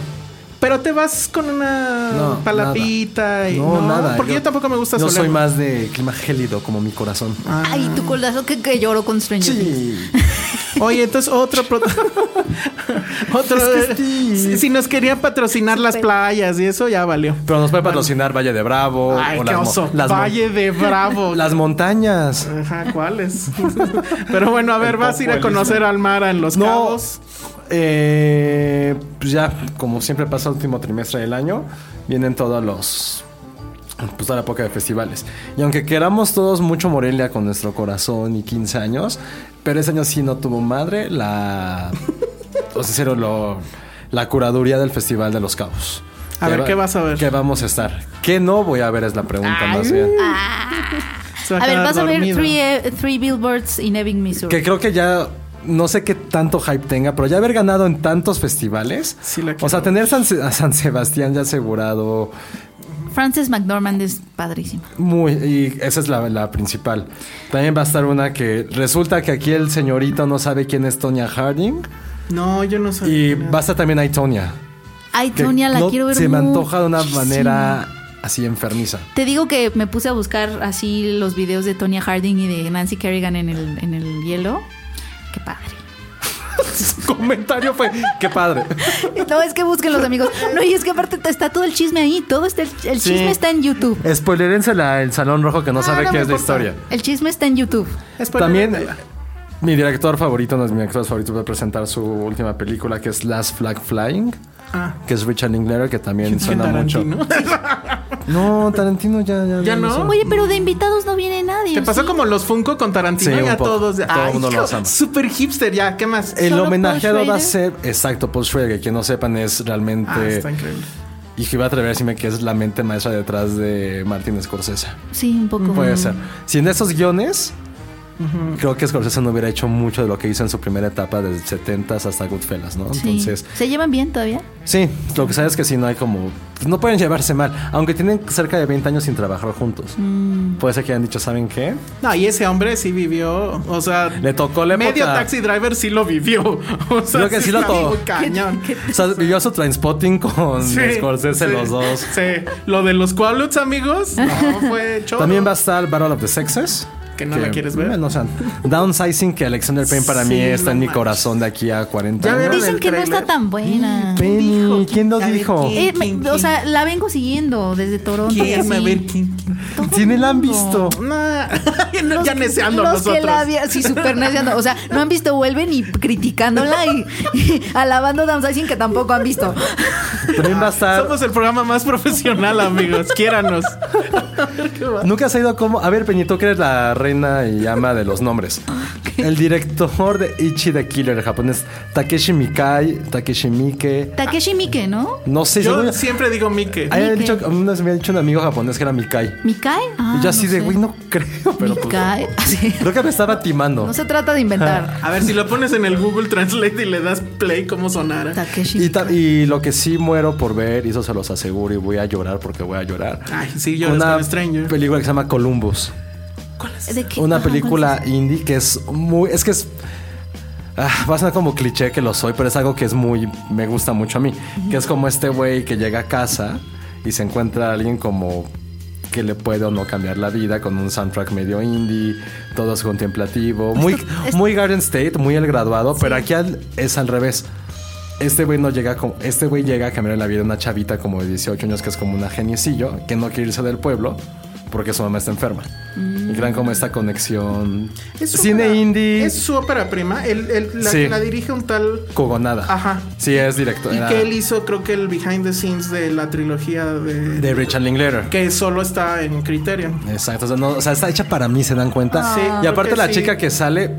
Pero te vas con una
No,
palapita
nada.
y
no, nada.
Porque yo, tampoco me gusta Ah,
Yo
soleado.
soy más de clima gélido, como mi corazón.
Ay, tu colazo que, que lloro con Stranger Things.
Sí.
Oye, entonces otro pro- otro
Es que sí.
si, si nos querían patrocinar las playas y eso ya valió.
Pero nos puede patrocinar Valle de Bravo.
Ay,
o
qué
las mo-
oso.
las mo-
Valle de Bravo.
Las montañas.
Ajá, ¿cuáles? Pero bueno, a ver, vas a ir a conocer al Mara en Los
No.
Cabos.
Eh, pues ya, como siempre pasa el último trimestre del año, vienen todos los. Pues toda la época de festivales. Y aunque queramos todos mucho Morelia con nuestro corazón y 15 años, pero ese año sí no tuvo madre la. o sea, cero, lo- la curaduría del Festival de los Cabos.
A ver, ¿qué vas a ver?
¿Qué vamos a estar? ¿Qué no voy a ver? Es la pregunta más bien.
Se va
A ver,
quedar
vas a ver
dormido.
three, eh, Three Billboards in Ebbing, Missouri.
Que creo que ya no sé qué tanto hype tenga, pero ya haber ganado en tantos festivales.
Sí, la quiero
o sea, tener San, Se- a San Sebastián ya asegurado.
Frances McDormand es padrísima.
Muy, y esa es la, la principal. También va a estar una que resulta que aquí el señorito no sabe quién es Tonya Harding.
No, yo no sé.
Y va a estar también ahí Tonya.
Ay,
que
Tonya, la
no-
quiero ver
Se me antoja de una
muchísimo.
manera así enfermiza.
Te digo que me puse a buscar así los videos de Tonya Harding y de Nancy Kerrigan en el, en el hielo. Qué padre.
Su comentario fue: ¡Qué padre!
No, es que busquen los amigos. No, y es que aparte está todo el chisme ahí. Todo está, el chisme está en YouTube.
Spoilerensela el Salón Rojo
Ah,
que no sabe
no
qué
me
es la
importa.
historia.
El chisme está en YouTube.
Spoiler.
También eh, mi director favorito, no es mi actor favorito, va a presentar su última película que es Last Flag Flying,
Ah.
que es Richard Linklater que también
¿Quién
suena mucho.
Tarantino?
No, Tarantino ya ya,
¿Ya
lo
no?
hizo.
Oye, pero de invitados no viene nadie.
Te pasó
¿sí?
como los Funko con Tarantino
Sí,
y
un
a
poco.
todos. de-
Todo el
Ay,
mundo
hijo,
los ama.
Super hipster, ya, ¿qué más?
El
¿Solo
homenajeado
Paul
va a ser,
Schrader?
exacto, Paul Schrader, que quien no sepan es
Ah,
realmente,
está increíble.
y que iba a atrever a decirme que es la mente maestra detrás de Martin Scorsese.
Sí, un poco.
Puede
Mm.
ser. Sin esos guiones, creo que Scorsese no hubiera hecho mucho de lo que hizo en su primera etapa, desde 70s hasta Goodfellas, ¿no?
Sí.
Entonces,
¿Se llevan bien todavía?
Sí, lo que sabes es que si no hay como. pues, No pueden llevarse mal, aunque tienen cerca de 20 años sin trabajar juntos.
Mm.
Puede ser que hayan dicho, ¿saben qué?
No, y ese hombre sí vivió, o sea...
Le tocó la época.
Medio taxi driver sí lo vivió. O sea,
Creo que sí lo
está
to-
muy cañón.
O sea, vivió su transpotting con
Sí,
Mm, Scorsese
sí,
los dos.
Sí, lo de los Quabluts, amigos, no fue choro.
También va a estar Battle of the Sexes.
Que no la quieres ver.
Bueno, o sea, Downsizing, que Alexander Payne para
Sí,
mí está en
no
mi
manches.
corazón de aquí a 40
Ya
años.
vieron
Dicen
el
que no
tráiler?
está tan buena.
Penny,
dijo?
¿Quién lo
A ver,
dijo?
¿quién?
Eh, me-
¿Quién,
o
quién?
sea, la vengo siguiendo desde Toronto. y
¿Quién?
así.
A ver, ¿quién? quién?
Todo
Si ni la han
mundo.
visto.
Nah,
que-
ya neceando
los
nosotros.
que la había- sí, súper neceando. O sea, no han visto, vuelven y criticándola y, y alabando Downsizing que tampoco han visto.
También va a estar.
Somos el programa más profesional, amigos. Quiéranos.
Nunca has ido como. A ver, Peñito, que eres la reina y ama de los nombres. El director de Ichi the Killer, el japonés, Takeshi Mikai, Takeshi Miike.
Takeshi Miike, ¿no?
No sé,
Yo
según-
siempre digo Mike.
Ahí han dicho- una vez me había dicho un amigo japonés que era Mikai.
¿Mikai? Ah,
y yo así
no
de,
sé.
güey, no creo, pero pues,
¿Mikai? Así.
Creo que me estaba timando.
No se trata de inventar.
A ver, si lo pones en el Google Translate y le das play, ¿cómo sonara?
Takeshi.
Y,
Miike.
ta- y lo que sí muero por ver, y eso se los aseguro, y voy a llorar porque voy a llorar.
Ay, sí, lloras
Una
con Stranger.
película que se llama Columbus.
¿De qué? Ah,
una
Ajá,
película indie que es muy. Es que es. ah, va a sonar como cliché que lo soy, pero es algo que es muy. Me gusta mucho a mí. Que es como este güey que llega a casa y se encuentra a alguien como. Que le puede o no cambiar la vida con un soundtrack medio indie, todo es contemplativo. Muy,
es-
muy Garden State, muy el graduado, pero aquí al- es al revés. Este güey no llega como. Este güey llega a cambiar la vida de una chavita como de 18 años que es como una geniecillo, que no quiere irse del pueblo porque su mamá está enferma. Y crean como esta conexión.
Mm. Es su
Cine
ópera-
indie.
Es su ópera prima. Él, él- la,
Sí.
la dirige un tal.
Cogonada.
Ajá.
Sí, es director.
Y
era
que él hizo, creo que el behind the scenes de la trilogía de.
De Richard Linklater.
que solo está en Criterion.
Exacto. O sea, no, o sea, está hecha para mí, se dan cuenta.
Sí,
y
Ah, creo
aparte
que
la
sí.
chica que sale.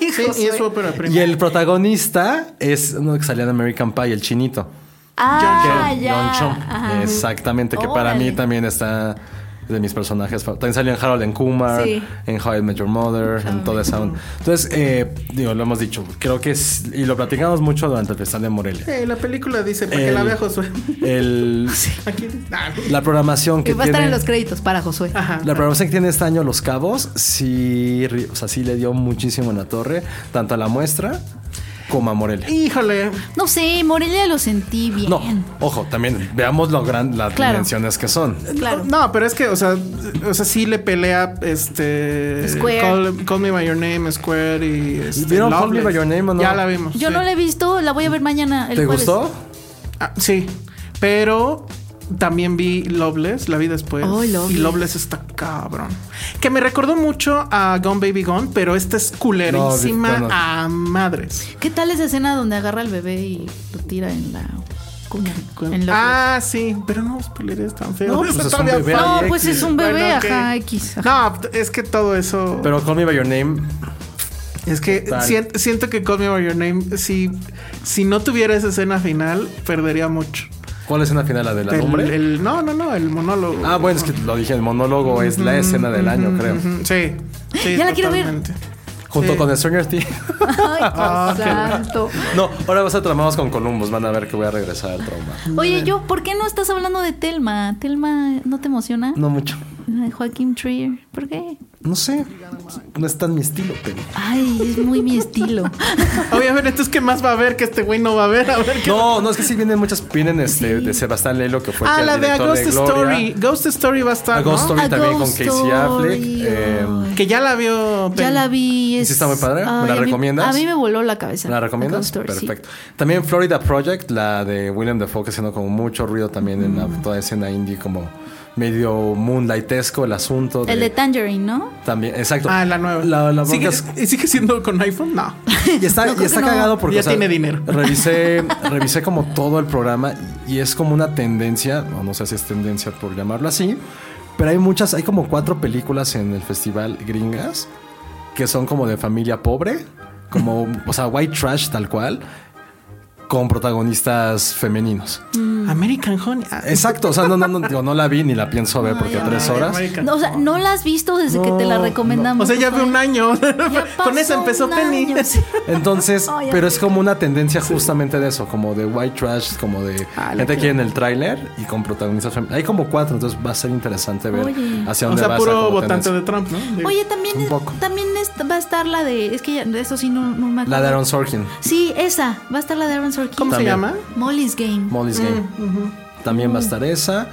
Hijo
Sí, y es
de-
su ópera prima.
Y el protagonista es uno que salía de American Pie, el chinito.
Ah,
John-
ya.
John Cho.
Ajá.
Exactamente, que para
Órale.
mí también está de mis personajes. fa- También salió en Harold and Kumar,
Sí.
en How I Met Your Mother, en toda esa onda. Entonces, eh, digo, lo hemos dicho, creo que es, y lo platicamos mucho durante el Festival de Morelia.
Eh, la película dice, para que la
El-
vea Josué.
El,
Aquí dice, ah,
la programación que
Que va a
tiene, Ah.
estar en los créditos para Josué.
ajá.
La programación que tiene este año Los Cabos, sí, ri- o sea, sí le dio muchísimo en la torre, tanto a la muestra como a Morelia.
Híjole,
No sé, Morelia lo sentí bien.
No, ojo, también veamos lo gran, las
Claro.
dimensiones que son.
Claro.
No, pero es que, o sea, o sea, sí le pelea este
Square.
Call, Call Me by Your Name, Square y este,
¿Vieron Call Me
Loveless.
by Your Name o no?
Ya la vimos.
Yo
sí.
no la he visto, la voy a ver mañana. El
¿Te
jueves.
gustó?
Ah, sí. Pero también vi Loveless, la vi después.
Oh,
Y
Loveless.
Loveless está cabrón. Que me recordó mucho a Gone Baby Gone, pero esta es culerísima
No, vi- bueno.
a madres.
¿Qué tal esa escena donde agarra al bebé y lo tira en la cuna? En la-
Ah, sí, pero no spoileres tan feo.
No, pues
Está
es un
bien
bebé
feo.
no,
Ay,
pues
X.
es un bebé,
Bueno, ok.
ajá, X. ajá.
No, es que todo eso.
Pero Call Me By Your Name,
Es que
Tal.
sien- siento que Call Me By Your Name, si, si no tuviera esa escena final, perdería mucho.
¿cuál es la final? ¿La del
El-
hombre?
el- no, no, no, el monólogo.
Ah, bueno, es que lo dije, el monólogo es la escena del año, creo.
Ujú, Sí. sí,
Ya la quiero ver.
totalmente.
Junto
Sí.
con Stranger Things. Ah,
Ay, Dios santo.
no, ahora vas a tramados con Columbus, van a ver que voy a regresar al trauma.
Oye, yo, ¿por qué no estás hablando de Telma? ¿Telma no te emociona?
No mucho.
Ay, Joaquín Trier, ¿por qué?
No sé, no es tan mi estilo, pero...
Ay, es muy mi estilo.
Oye, a ver, entonces, ¿qué más va a ver que este güey no va a ver? A ver, ¿qué
No, no, es que sí vienen muchas, vienen este, de Sebastián Lelo, que fue
Ah,
que
la
el
de A
director
Ghost
Gloria.
Story. Ghost Story va a estar.
A Ghost
¿no?
Story
A
también
Ghost
con Casey Affleck.
Story,
eh,
ay.
Que ya la vio.
Ya
Penny.
la vi.
¿Y
es-
si está muy padre? ¿Me la
Ay, a mí-
recomiendas?
A mí me voló la cabeza.
¿La recomiendas?
Ghost Story, sí.
Perfecto. También Florida Project, la de William Dafoe, que haciendo como mucho ruido también en la,
Mm.
toda escena indie, como medio moonlightesco el asunto.
El de Tangerine, ¿no?
También, exacto.
Ah, la nueva.
La, la
¿Sigue,
bronca es-
¿y ¿Sigue siendo con iPhone? No.
Y está, y está
que no.
cagado porque
Ya tiene dinero.
Revisé, revisé como todo el programa y es como una tendencia, o no sé si es tendencia por llamarlo así, pero hay muchas, hay como cuatro películas en el festival gringas que son como de familia pobre, como, o sea, white trash tal cual, con protagonistas femeninos.
Mm.
American Honey. Ah,
Exacto, o sea, no, no, no, digo, no la vi ni la pienso ver porque tres horas.
American-
No, o sea, no la has visto desde que te la recomendamos.
O sea, ya
fue
veo un año.
pasó
Con eso empezó
un
Penny.
año.
Entonces,
Ay,
pero es como una tendencia justamente de eso, como de white trash, como de
Ah, la
gente
que-
que en el tráiler y con protagonistas fem- Hay como cuatro, entonces va a ser interesante ver
Oye.
hacia
O
dónde va
sea,
esa
puro
como
votante de
tendencia.
Trump, ¿no? Digo,
Oye, también,
Un poco.
también es- va a estar la de. Es que ya, de eso sí no, no me acuerdo.
La de Aaron Sorkin,
Sí, esa. Va a estar la de Aaron Sorkin.
¿Cómo se
también.
llama?
Molly's Game.
Molly's Game.
Mm,
También va a estar esa.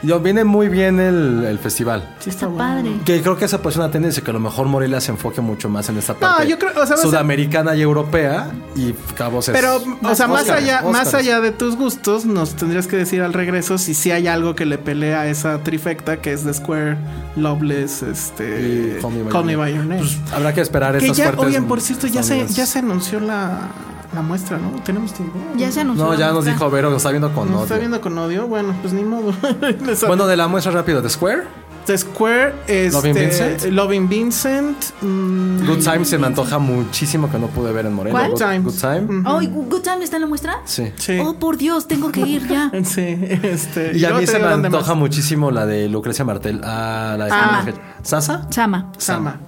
Y viene muy bien el, el festival.
Sí,
Está padre.
Que creo que esa puede ser una tendencia, que a lo mejor Morelia se enfoque mucho más en esta parte
yo creo- o sea, va a ser-
sudamericana y europea y Cabos es-
Pero, o sea, más
Óscar,
allá, más
Óscar.
allá de tus gustos, nos tendrías que decir al regreso si sí hay algo que le pelea a esa trifecta que es The Square, Loveless, este,
Y
Call Me by, Your Name.
Pues, Habrá que esperar
que
estos
ya,
fuertes
oigan, por cierto, ya se,
sonidos.
ya se anunció la, la muestra, ¿no? Tenemos tiempo.
Ya se anunció.
No,
la
ya nos
muestra.
dijo Vero, lo está viendo con
¿Nos
odio.
está viendo con odio? Bueno, pues ni modo. Les-
Bueno, de la muestra rápido de Square,
The Square es.
Loving Vincent.
Loving Vincent. mm,
Good Time se me antoja muchísimo que no pude ver en Morelia.
¿Cuál?
Good
Time. Mm.
Good Time.
Oh, ¿y Good Time está en la muestra?
Sí.
sí.
Oh, por Dios, tengo que ir ya.
Sí, este.
Y a
luego
mí
te
se me
digo dónde más.
antoja muchísimo la de Lucrecia Martel. Ah, la de
Ah.
¿Sasa?
Sama.
Sama.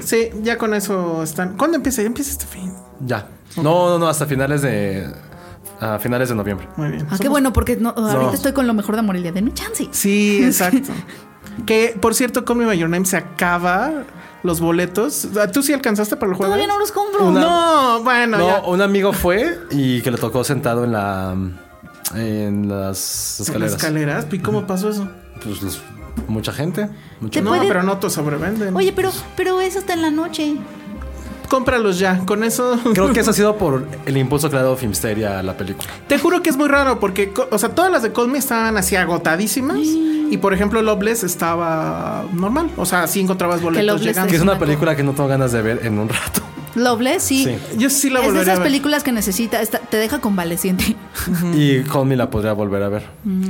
Sí, ya con eso están. ¿Cuándo empieza? Ya empieza este fin.
Ya. No, no, no, hasta finales de. A finales de noviembre.
Muy bien.
Ah, qué bueno, porque no, ahorita
No.
estoy con lo mejor de Morelia. Denme chance.
Sí, exacto. que por cierto, Call Me By Your Name se acaba los boletos. Ah, ¿Tú sí alcanzaste para el jueves?
Todavía no los compro.
No, bueno,
No,
ya.
un amigo fue y que le tocó sentado en la. En las
En las
escaleras.
escaleras. ¿Y cómo pasó eso?
Pues los- mucha gente. Mucha
Te
No,
puede-
pero no te sobrevenden.
Oye, pero, pero es hasta en la noche.
Cómpralos ya. Con eso.
Creo que eso ha sido por el impulso que le ha dado Filmsteria a la película.
Te juro que es muy raro porque, co- o sea, todas las de Call Me estaban así agotadísimas. Y por ejemplo, Loveless estaba normal. O sea, sí encontrabas boletos
Loveless
llegando.
Que es
Sí, me
una
acuerdo.
película que no tengo ganas de ver en un rato.
Loveless, sí.
Sí.
Yo sí la
es de
volvería
esas
a ver.
películas que necesita, está- te deja convaleciente.
Y Call Me la podría volver a ver.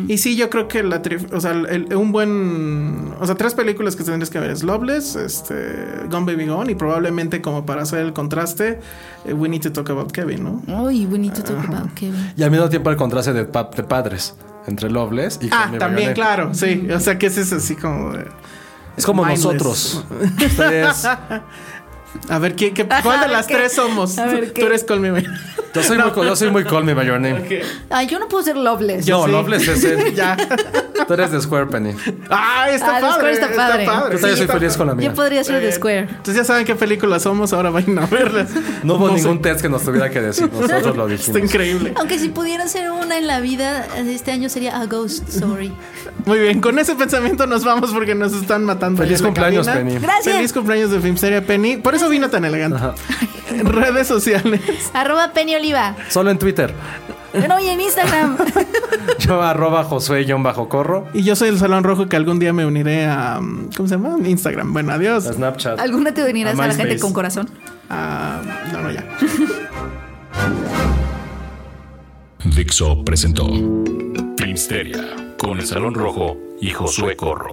Y sí, yo creo que la tri- o sea, el- un buen, o sea, tres películas que tendrías que ver es Loveless, este, Gone Baby Gone y probablemente como para hacer el contraste, eh, We Need to Talk About Kevin, ¿no?
Mm.
Uy, bonito talk about Kevin.
Y al mismo tiempo el contraste de, pa- de padres entre Loveless y Call
Ah,
Me by Your
también,
Name.
claro, sí.
Mm.
O sea, que ese es así como de-
Es como
Mindless.
nosotros. Ustedes-
A ver, ¿qué, qué- cuál
a
de
ver
las
qué-
tres somos?
a ver
Tú-
qué.
Tú eres Call Me By-
yo, soy muy, yo soy muy Call Me by Your Name.
Ay, yo no puedo ser Loveless.
No,
sí.
Loveless es él.
Ya.
Tú eres de Squarepenny.
Ah,
Ah,
está
The
padre.
Square está padre.
Yo también soy
está
feliz con la mía.
Yo podría ser de Square.
Entonces ya saben qué películas somos, ahora vayan a verlas.
No hubo
sé.
ningún test que nos tuviera que decir. Nosotros lo
Está
dijimos.
increíble.
Aunque si pudiera ser una en la vida de este año sería A Ghost Story.
Muy bien, con ese pensamiento nos vamos porque nos están matando.
Feliz
ahí en la
cumpleaños,
cabina.
Penny.
Gracias.
Feliz cumpleaños de Filmsteria, Penny. Por eso vino tan elegante.
Ajá.
Redes sociales.
Arroba Penny Oliva.
Solo en Twitter.
No, y en Instagram.
Yo arroba Josué-corro.
Y yo soy el Salón Rojo que algún día me uniré a. um, ¿Cómo se llama? Instagram. Bueno, adiós.
a Snapchat.
¿Alguna te unirás a, la
MySpace.
gente con corazón?
Ah, no, no, ya.
Dixo presentó Filmsteria con el Salón Rojo y Josué Corro.